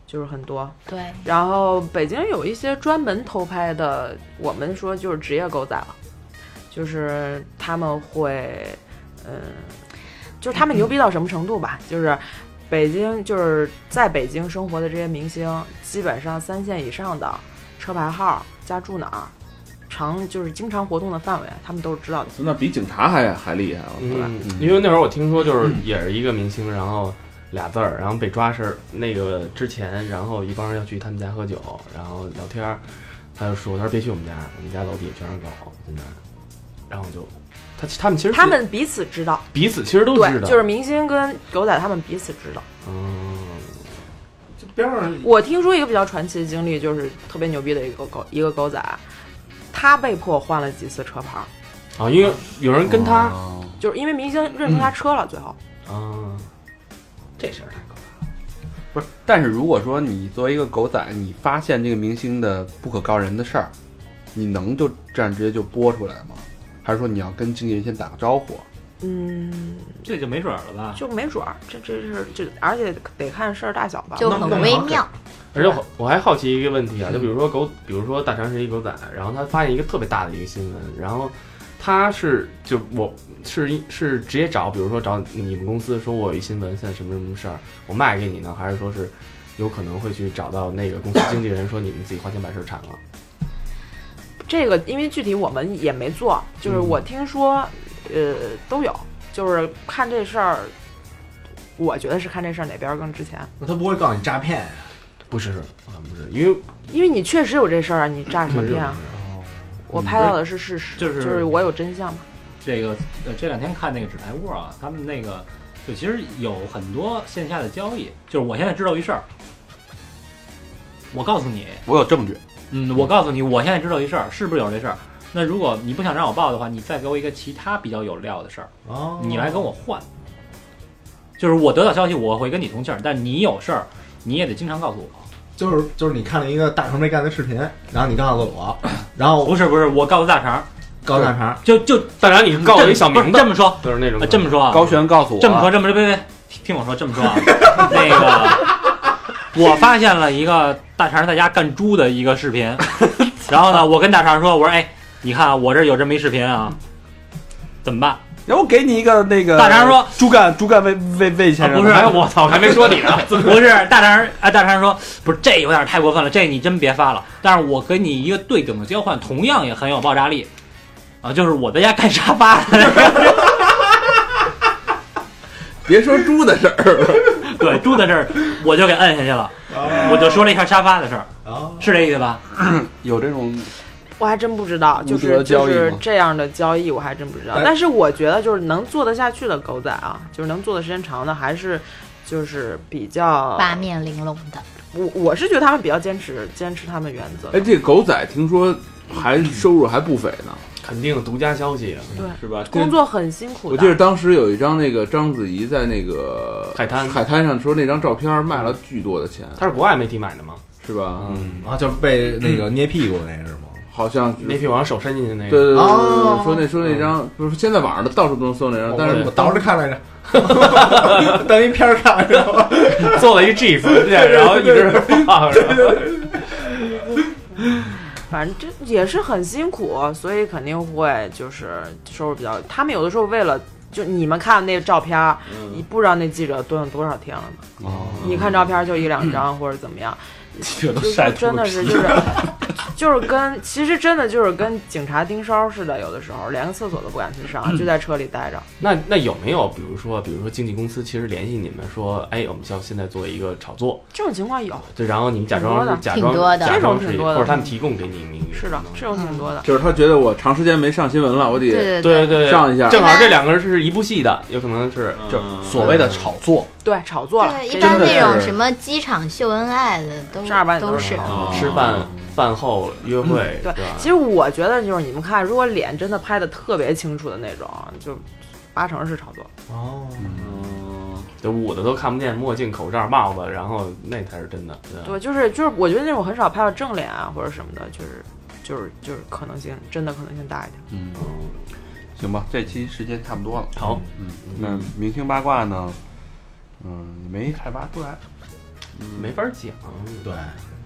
[SPEAKER 8] 就是很多。
[SPEAKER 7] 对，
[SPEAKER 8] 然后北京有一些专门偷拍的，我们说就是职业狗仔了，就是他们会，嗯，就是他们牛逼到什么程度吧，就是。北京就是在北京生活的这些明星，基本上三线以上的车牌号、家住哪儿、常就是经常活动的范围，他们都是知道的。
[SPEAKER 4] 那比警察还还厉
[SPEAKER 2] 啊
[SPEAKER 4] 害，我操！
[SPEAKER 3] 嗯，因为那会儿我听说就是也是一个明星，然后俩字儿，然后被抓是那个之前，然后一帮人要去他们家喝酒，然后聊天儿，他就说他说别去我们家，我们家楼底下全是狗，现在，然后我就他他们其实
[SPEAKER 8] 他们彼此知道，
[SPEAKER 3] 彼此其实都知
[SPEAKER 8] 对，
[SPEAKER 3] 道，
[SPEAKER 8] 就是明星跟狗仔他们彼此知道。
[SPEAKER 3] 嗯，
[SPEAKER 6] 边上
[SPEAKER 8] 我听说一个比较传奇的经历，就是特别牛逼的一个狗一个狗仔，他被迫换了几次车牌，
[SPEAKER 3] 啊，因为有人跟他
[SPEAKER 8] 就是因为明星认
[SPEAKER 3] 嗯
[SPEAKER 8] 出他车了，最后
[SPEAKER 3] 啊，这事儿太可怕了。
[SPEAKER 2] 不是？但是如果说你作为一个狗仔，你发现这个明星的不可告人的事儿，你能就这样直接就播出来吗？还是说你要跟经纪人先打个招呼？
[SPEAKER 8] 嗯，
[SPEAKER 5] 这就没准儿了吧？
[SPEAKER 8] 就没准儿，这这是这，而且得看事儿大小吧。
[SPEAKER 7] 就很微妙。
[SPEAKER 3] 而且我我还好奇一个问题啊，就比如说狗，比如说大长是一狗仔，然后他发现一个特别大的一个新闻，然后他是就我是一是直接找，比如说找你们公司说我有一新闻，现在什么什么事儿，我卖给你呢，还是说是有可能会去找到那个公司经纪人说你们自己花钱把事儿铲了？
[SPEAKER 8] 这个因为具体我们也没做，就是
[SPEAKER 3] 嗯
[SPEAKER 8] 我听说，呃，都有，就是看这事儿，我觉得是看这事儿哪边儿更值钱，
[SPEAKER 6] 他不会告诉你诈骗呀，
[SPEAKER 3] 不是，啊不是，因为
[SPEAKER 8] 因为你确实有这事儿啊，你诈什么
[SPEAKER 3] 不是
[SPEAKER 8] 骗啊？我拍到的是事实，
[SPEAKER 5] 就是
[SPEAKER 8] 就是我有真相嘛。
[SPEAKER 5] 这个呃，这两天看那个纸牌屋啊，他们那个就其实有很多线下的交易，就是我现在知道一事儿，我告诉你，
[SPEAKER 2] 我有证据，
[SPEAKER 5] 嗯，我告诉你，我现在知道一事儿，是不是有这事儿？那如果你不想让我报的话，你再给我一个其他比较有料的事儿，
[SPEAKER 6] 哦，
[SPEAKER 5] 你来跟我换。就是我得到消息，我会跟你通气儿，但你有事儿，你也得经常告诉我。
[SPEAKER 6] 就是就是你看了一个大肠没干的视频，然后你告诉我，然后我
[SPEAKER 5] 不是不是，我告诉大肠，
[SPEAKER 6] 告诉大肠，
[SPEAKER 5] 就就
[SPEAKER 3] 大然你告诉我一小
[SPEAKER 5] 不是
[SPEAKER 3] 名字
[SPEAKER 5] 这，么说，
[SPEAKER 3] 就是那种
[SPEAKER 5] 啊这么说啊，
[SPEAKER 2] 高璇告诉我，
[SPEAKER 5] 这么说，这么说，别别，别听听我说，这么说啊， 那个，我发现了一个大肠在家干猪的一个视频， 然后呢，我跟大肠说，我说，哎，你看啊我这有这么一视频啊，怎么办？
[SPEAKER 2] 然后给你一个那个
[SPEAKER 5] 大肠说
[SPEAKER 2] 猪干猪干魏魏魏先
[SPEAKER 5] 啊、
[SPEAKER 2] 生，
[SPEAKER 5] 不是，
[SPEAKER 2] 哎
[SPEAKER 5] 我操，还没说你呢， 不是大肠，啊，大肠说，不是，这有点太过分了，这你真别发了。但是我给你一个对等的交换，同样也很有爆炸力，啊，就是我在家干沙发，
[SPEAKER 4] 别说猪的事儿，
[SPEAKER 5] 对，住在这儿，我就给摁下去了，我就说了一下沙发的事儿，
[SPEAKER 6] 哦，
[SPEAKER 5] 是这意思吧？
[SPEAKER 2] 有这种
[SPEAKER 8] 我还真不知道，就
[SPEAKER 2] 无德
[SPEAKER 8] 是
[SPEAKER 2] 交
[SPEAKER 8] 就
[SPEAKER 2] 易吗
[SPEAKER 8] 是这样的交易，我还真不知道
[SPEAKER 6] 哎。
[SPEAKER 8] 但是我觉得，就是能做得下去的狗仔啊，就是能做的时间长的，还是就是比较。
[SPEAKER 7] 八面玲珑的，
[SPEAKER 8] 我我是觉得他们比较坚持坚持他们原则。
[SPEAKER 4] 哎，这个狗仔听说还收入还不菲呢，
[SPEAKER 3] 肯定独家消息啊，
[SPEAKER 4] 是吧？
[SPEAKER 8] 工作很辛苦的。
[SPEAKER 4] 我记得当时有一张那个章子怡在那个
[SPEAKER 3] 海滩
[SPEAKER 4] 海滩上说那张照片卖了巨多的钱，
[SPEAKER 3] 他是国外媒体买的吗？
[SPEAKER 4] 是吧？
[SPEAKER 3] 嗯，
[SPEAKER 6] 然后啊就被那个捏屁股那是吗？
[SPEAKER 4] 好像是
[SPEAKER 3] 那批往手伸进去那
[SPEAKER 4] 对
[SPEAKER 3] 个，
[SPEAKER 4] 对对对
[SPEAKER 6] 哦
[SPEAKER 4] 对，说那说那
[SPEAKER 2] 嗯
[SPEAKER 4] 张不是现在网上到处都能搜
[SPEAKER 2] 哦
[SPEAKER 4] 那张，但是
[SPEAKER 6] 我倒着看来着，当一片儿看来着，
[SPEAKER 3] 做了一 GIF 出来然后一直放着。
[SPEAKER 8] 反正这也是很辛苦，所以肯定会就是收入比较。他们有的时候为了就你们看那照片儿，你不知道那记者蹲了多少天了吗？你看照片儿就一两张、或者 怎么样，
[SPEAKER 2] 这哦都
[SPEAKER 8] 就
[SPEAKER 2] 晒
[SPEAKER 8] 是
[SPEAKER 2] 秃
[SPEAKER 8] 真的
[SPEAKER 2] 了
[SPEAKER 8] 是就是。就是跟其实真的就是跟警察盯梢似的，有的时候连个厕所都不敢去上，
[SPEAKER 2] 嗯
[SPEAKER 8] 就在车里待着。
[SPEAKER 3] 那那有没有比如说，比如说经纪公司其实联系你们说，哎，我们像现在做一个炒作，
[SPEAKER 8] 这种情况有，
[SPEAKER 3] 对，然后你们假
[SPEAKER 8] 挺多
[SPEAKER 3] 装
[SPEAKER 8] 的
[SPEAKER 3] 假
[SPEAKER 7] 挺
[SPEAKER 3] 装
[SPEAKER 7] 多的
[SPEAKER 3] 假装是
[SPEAKER 8] 这种挺多的
[SPEAKER 3] 或者他们提供给你名义，
[SPEAKER 8] 是的，这种挺多的。
[SPEAKER 4] 就是他觉得我长时间没上新闻了，我得
[SPEAKER 7] 对
[SPEAKER 3] 对对对，
[SPEAKER 4] 上一下。
[SPEAKER 3] 正好这两个人是一部戏的，有可能是就
[SPEAKER 4] 嗯
[SPEAKER 2] 所谓的炒作，
[SPEAKER 8] 对，炒作了，
[SPEAKER 7] 对，
[SPEAKER 8] 这
[SPEAKER 7] 一般
[SPEAKER 8] 种
[SPEAKER 7] 那种
[SPEAKER 4] 是
[SPEAKER 7] 什么机场秀恩爱的都
[SPEAKER 8] 正儿八经
[SPEAKER 7] 都
[SPEAKER 8] 都是
[SPEAKER 7] 是，
[SPEAKER 4] 哦
[SPEAKER 3] 吃饭饭后约会，
[SPEAKER 8] 嗯对
[SPEAKER 3] 对吧，
[SPEAKER 8] 其实我觉得就是你们看，如果脸真的拍的特别清楚的那种，就八成是炒作。
[SPEAKER 6] 哦，
[SPEAKER 3] 就捂的都看不见，墨镜、口罩、帽子，然后那才是真的。对吧
[SPEAKER 8] 对，就是就是，我觉得那种很少拍到正脸啊或者什么的，就是就是就是可能性真的可能性大一点。
[SPEAKER 2] 嗯，行吧，这期时间差不多了。
[SPEAKER 3] 好，
[SPEAKER 2] 嗯，那明星八卦呢？嗯，没海拔出来，
[SPEAKER 3] 没法讲。
[SPEAKER 8] 嗯
[SPEAKER 6] 对，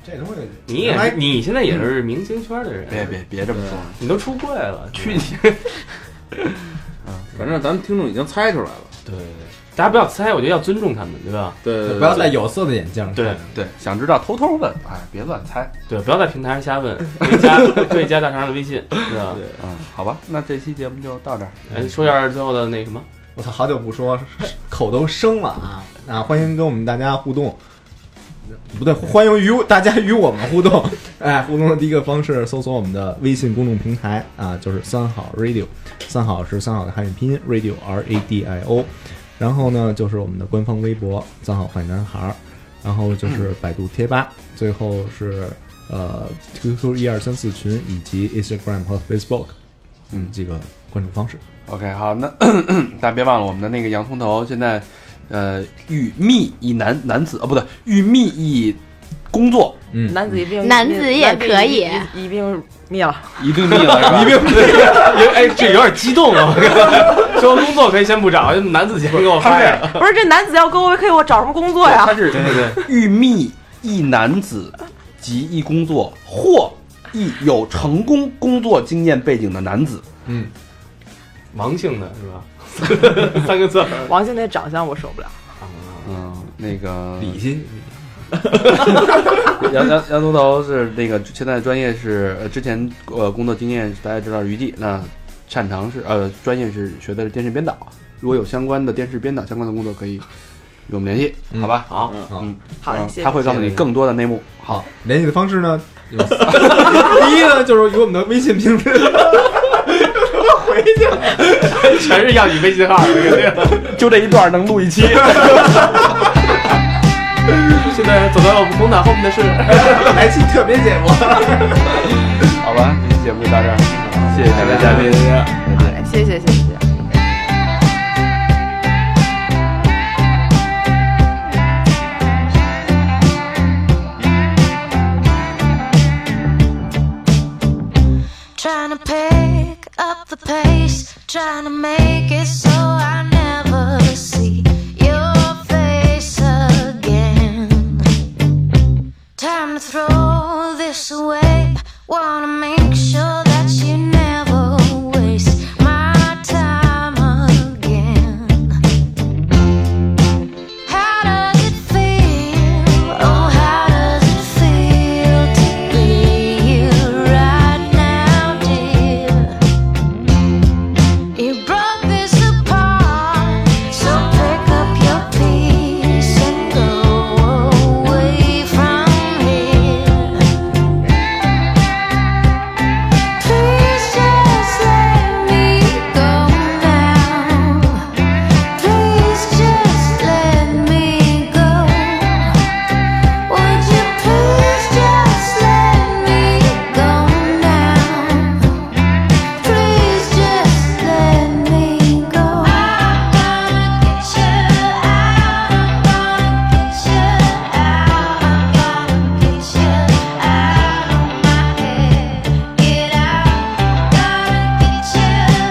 [SPEAKER 6] 这东西
[SPEAKER 3] 你也是，你现在也是明星圈的人，
[SPEAKER 2] 别别别这么说，
[SPEAKER 3] 你都出柜了，去你！
[SPEAKER 4] 反正咱们听众已经猜出来了，
[SPEAKER 3] 对对对，大家不要猜，我觉得要尊重他们，对吧？
[SPEAKER 4] 对对，对
[SPEAKER 6] 不要戴有色的眼镜，
[SPEAKER 3] 对
[SPEAKER 2] 对，想知道偷偷问，哎，别乱猜。
[SPEAKER 3] 对，不要在平台上瞎问， 可以加可以加大肠的微信，是吧？
[SPEAKER 4] 对
[SPEAKER 2] 嗯，好吧，那这期节目就到这儿。
[SPEAKER 3] 哎，说一下最后的那什么，
[SPEAKER 6] 我操，好久不说，口都生了啊！啊，欢迎跟我们大家互动，不对，欢迎与我大家与我们互动。哎，互动的第一个方式，搜索我们的微信公众平台啊，就是三好 radio，三好是三好的汉语拼音 radio r a d i o，然后呢就是我们的官方微博三好坏男孩儿，然后就是百度贴吧，最后是呃 QQ 一二三四群以及 Instagram 和 Facebook，嗯，这个关注方式。
[SPEAKER 2] OK，好，那 大家别忘了我们的那个洋葱头现在，呃，遇密一男男子哦，不对，遇密一工作
[SPEAKER 6] 嗯，
[SPEAKER 8] 男子一并
[SPEAKER 7] 男子也可以
[SPEAKER 8] 男子一一一并灭了。
[SPEAKER 2] 一定密了 是吧？一定
[SPEAKER 3] 哎，这有点激动啊！ 说工作可以先不找，男子先给我
[SPEAKER 2] 他
[SPEAKER 3] 发
[SPEAKER 2] 是
[SPEAKER 3] 呀。
[SPEAKER 8] 不是这男子要跟我可以我找什么工作 呀
[SPEAKER 2] 他？是
[SPEAKER 3] 对对对，
[SPEAKER 2] 欲觅一男子及一工作或一有成功工作经验背景的男子，
[SPEAKER 3] 王姓的是吧？三个字儿。
[SPEAKER 8] 王静那长相我受不了，
[SPEAKER 2] 嗯，那个
[SPEAKER 6] 李欣，
[SPEAKER 2] 杨杨杨宗头是那个现在专业是呃之前呃工作经验大家知道是娱记，那擅长是呃专业是学的是电视编导，如果有相关的电视编导相关的工作可以与我们联系，好吧？
[SPEAKER 3] 好，
[SPEAKER 8] 好，
[SPEAKER 2] 嗯
[SPEAKER 8] 谢谢
[SPEAKER 2] 他会告诉你更多的内幕。 好，
[SPEAKER 6] 联系的方式呢？有 第一呢，就是以我们的微信平台，
[SPEAKER 3] 全是 要你微信号，这个。
[SPEAKER 2] 就这一段能录一期。
[SPEAKER 3] 现在走在我们工党后面的是，
[SPEAKER 4] 来期特别节目，
[SPEAKER 2] 好吧，这期节目就到这儿，谢谢两位嘉宾，再见。
[SPEAKER 8] 谢谢谢谢谢谢。
[SPEAKER 9] Trying to pick up the pace, trying to make it so I never see your face again. Time to throw this away. Wanna make sure that you never waste my time again. How does it feel? Oh, how does it feel to be you right now, dear? You broke this apart, so pick up your piece and go away from here. Please just let me go now. Please just let me go. Would you please just let me go now? Please just let me go. I'm gonna get you out. I'm gonna get you out. I'm gonna get you out of my head. Get out. Gonna get you out.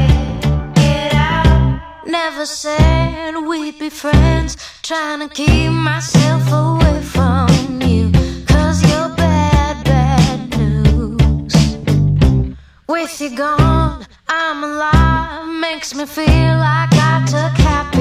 [SPEAKER 9] I'm gonna get you out. I'm gonna get you out of my head. Get out. Never said we'd be friends. Trying to keep myself away from you. Cause you're bad, bad news. With you gone, I'm alive. Makes me feel like I took happy. Oh,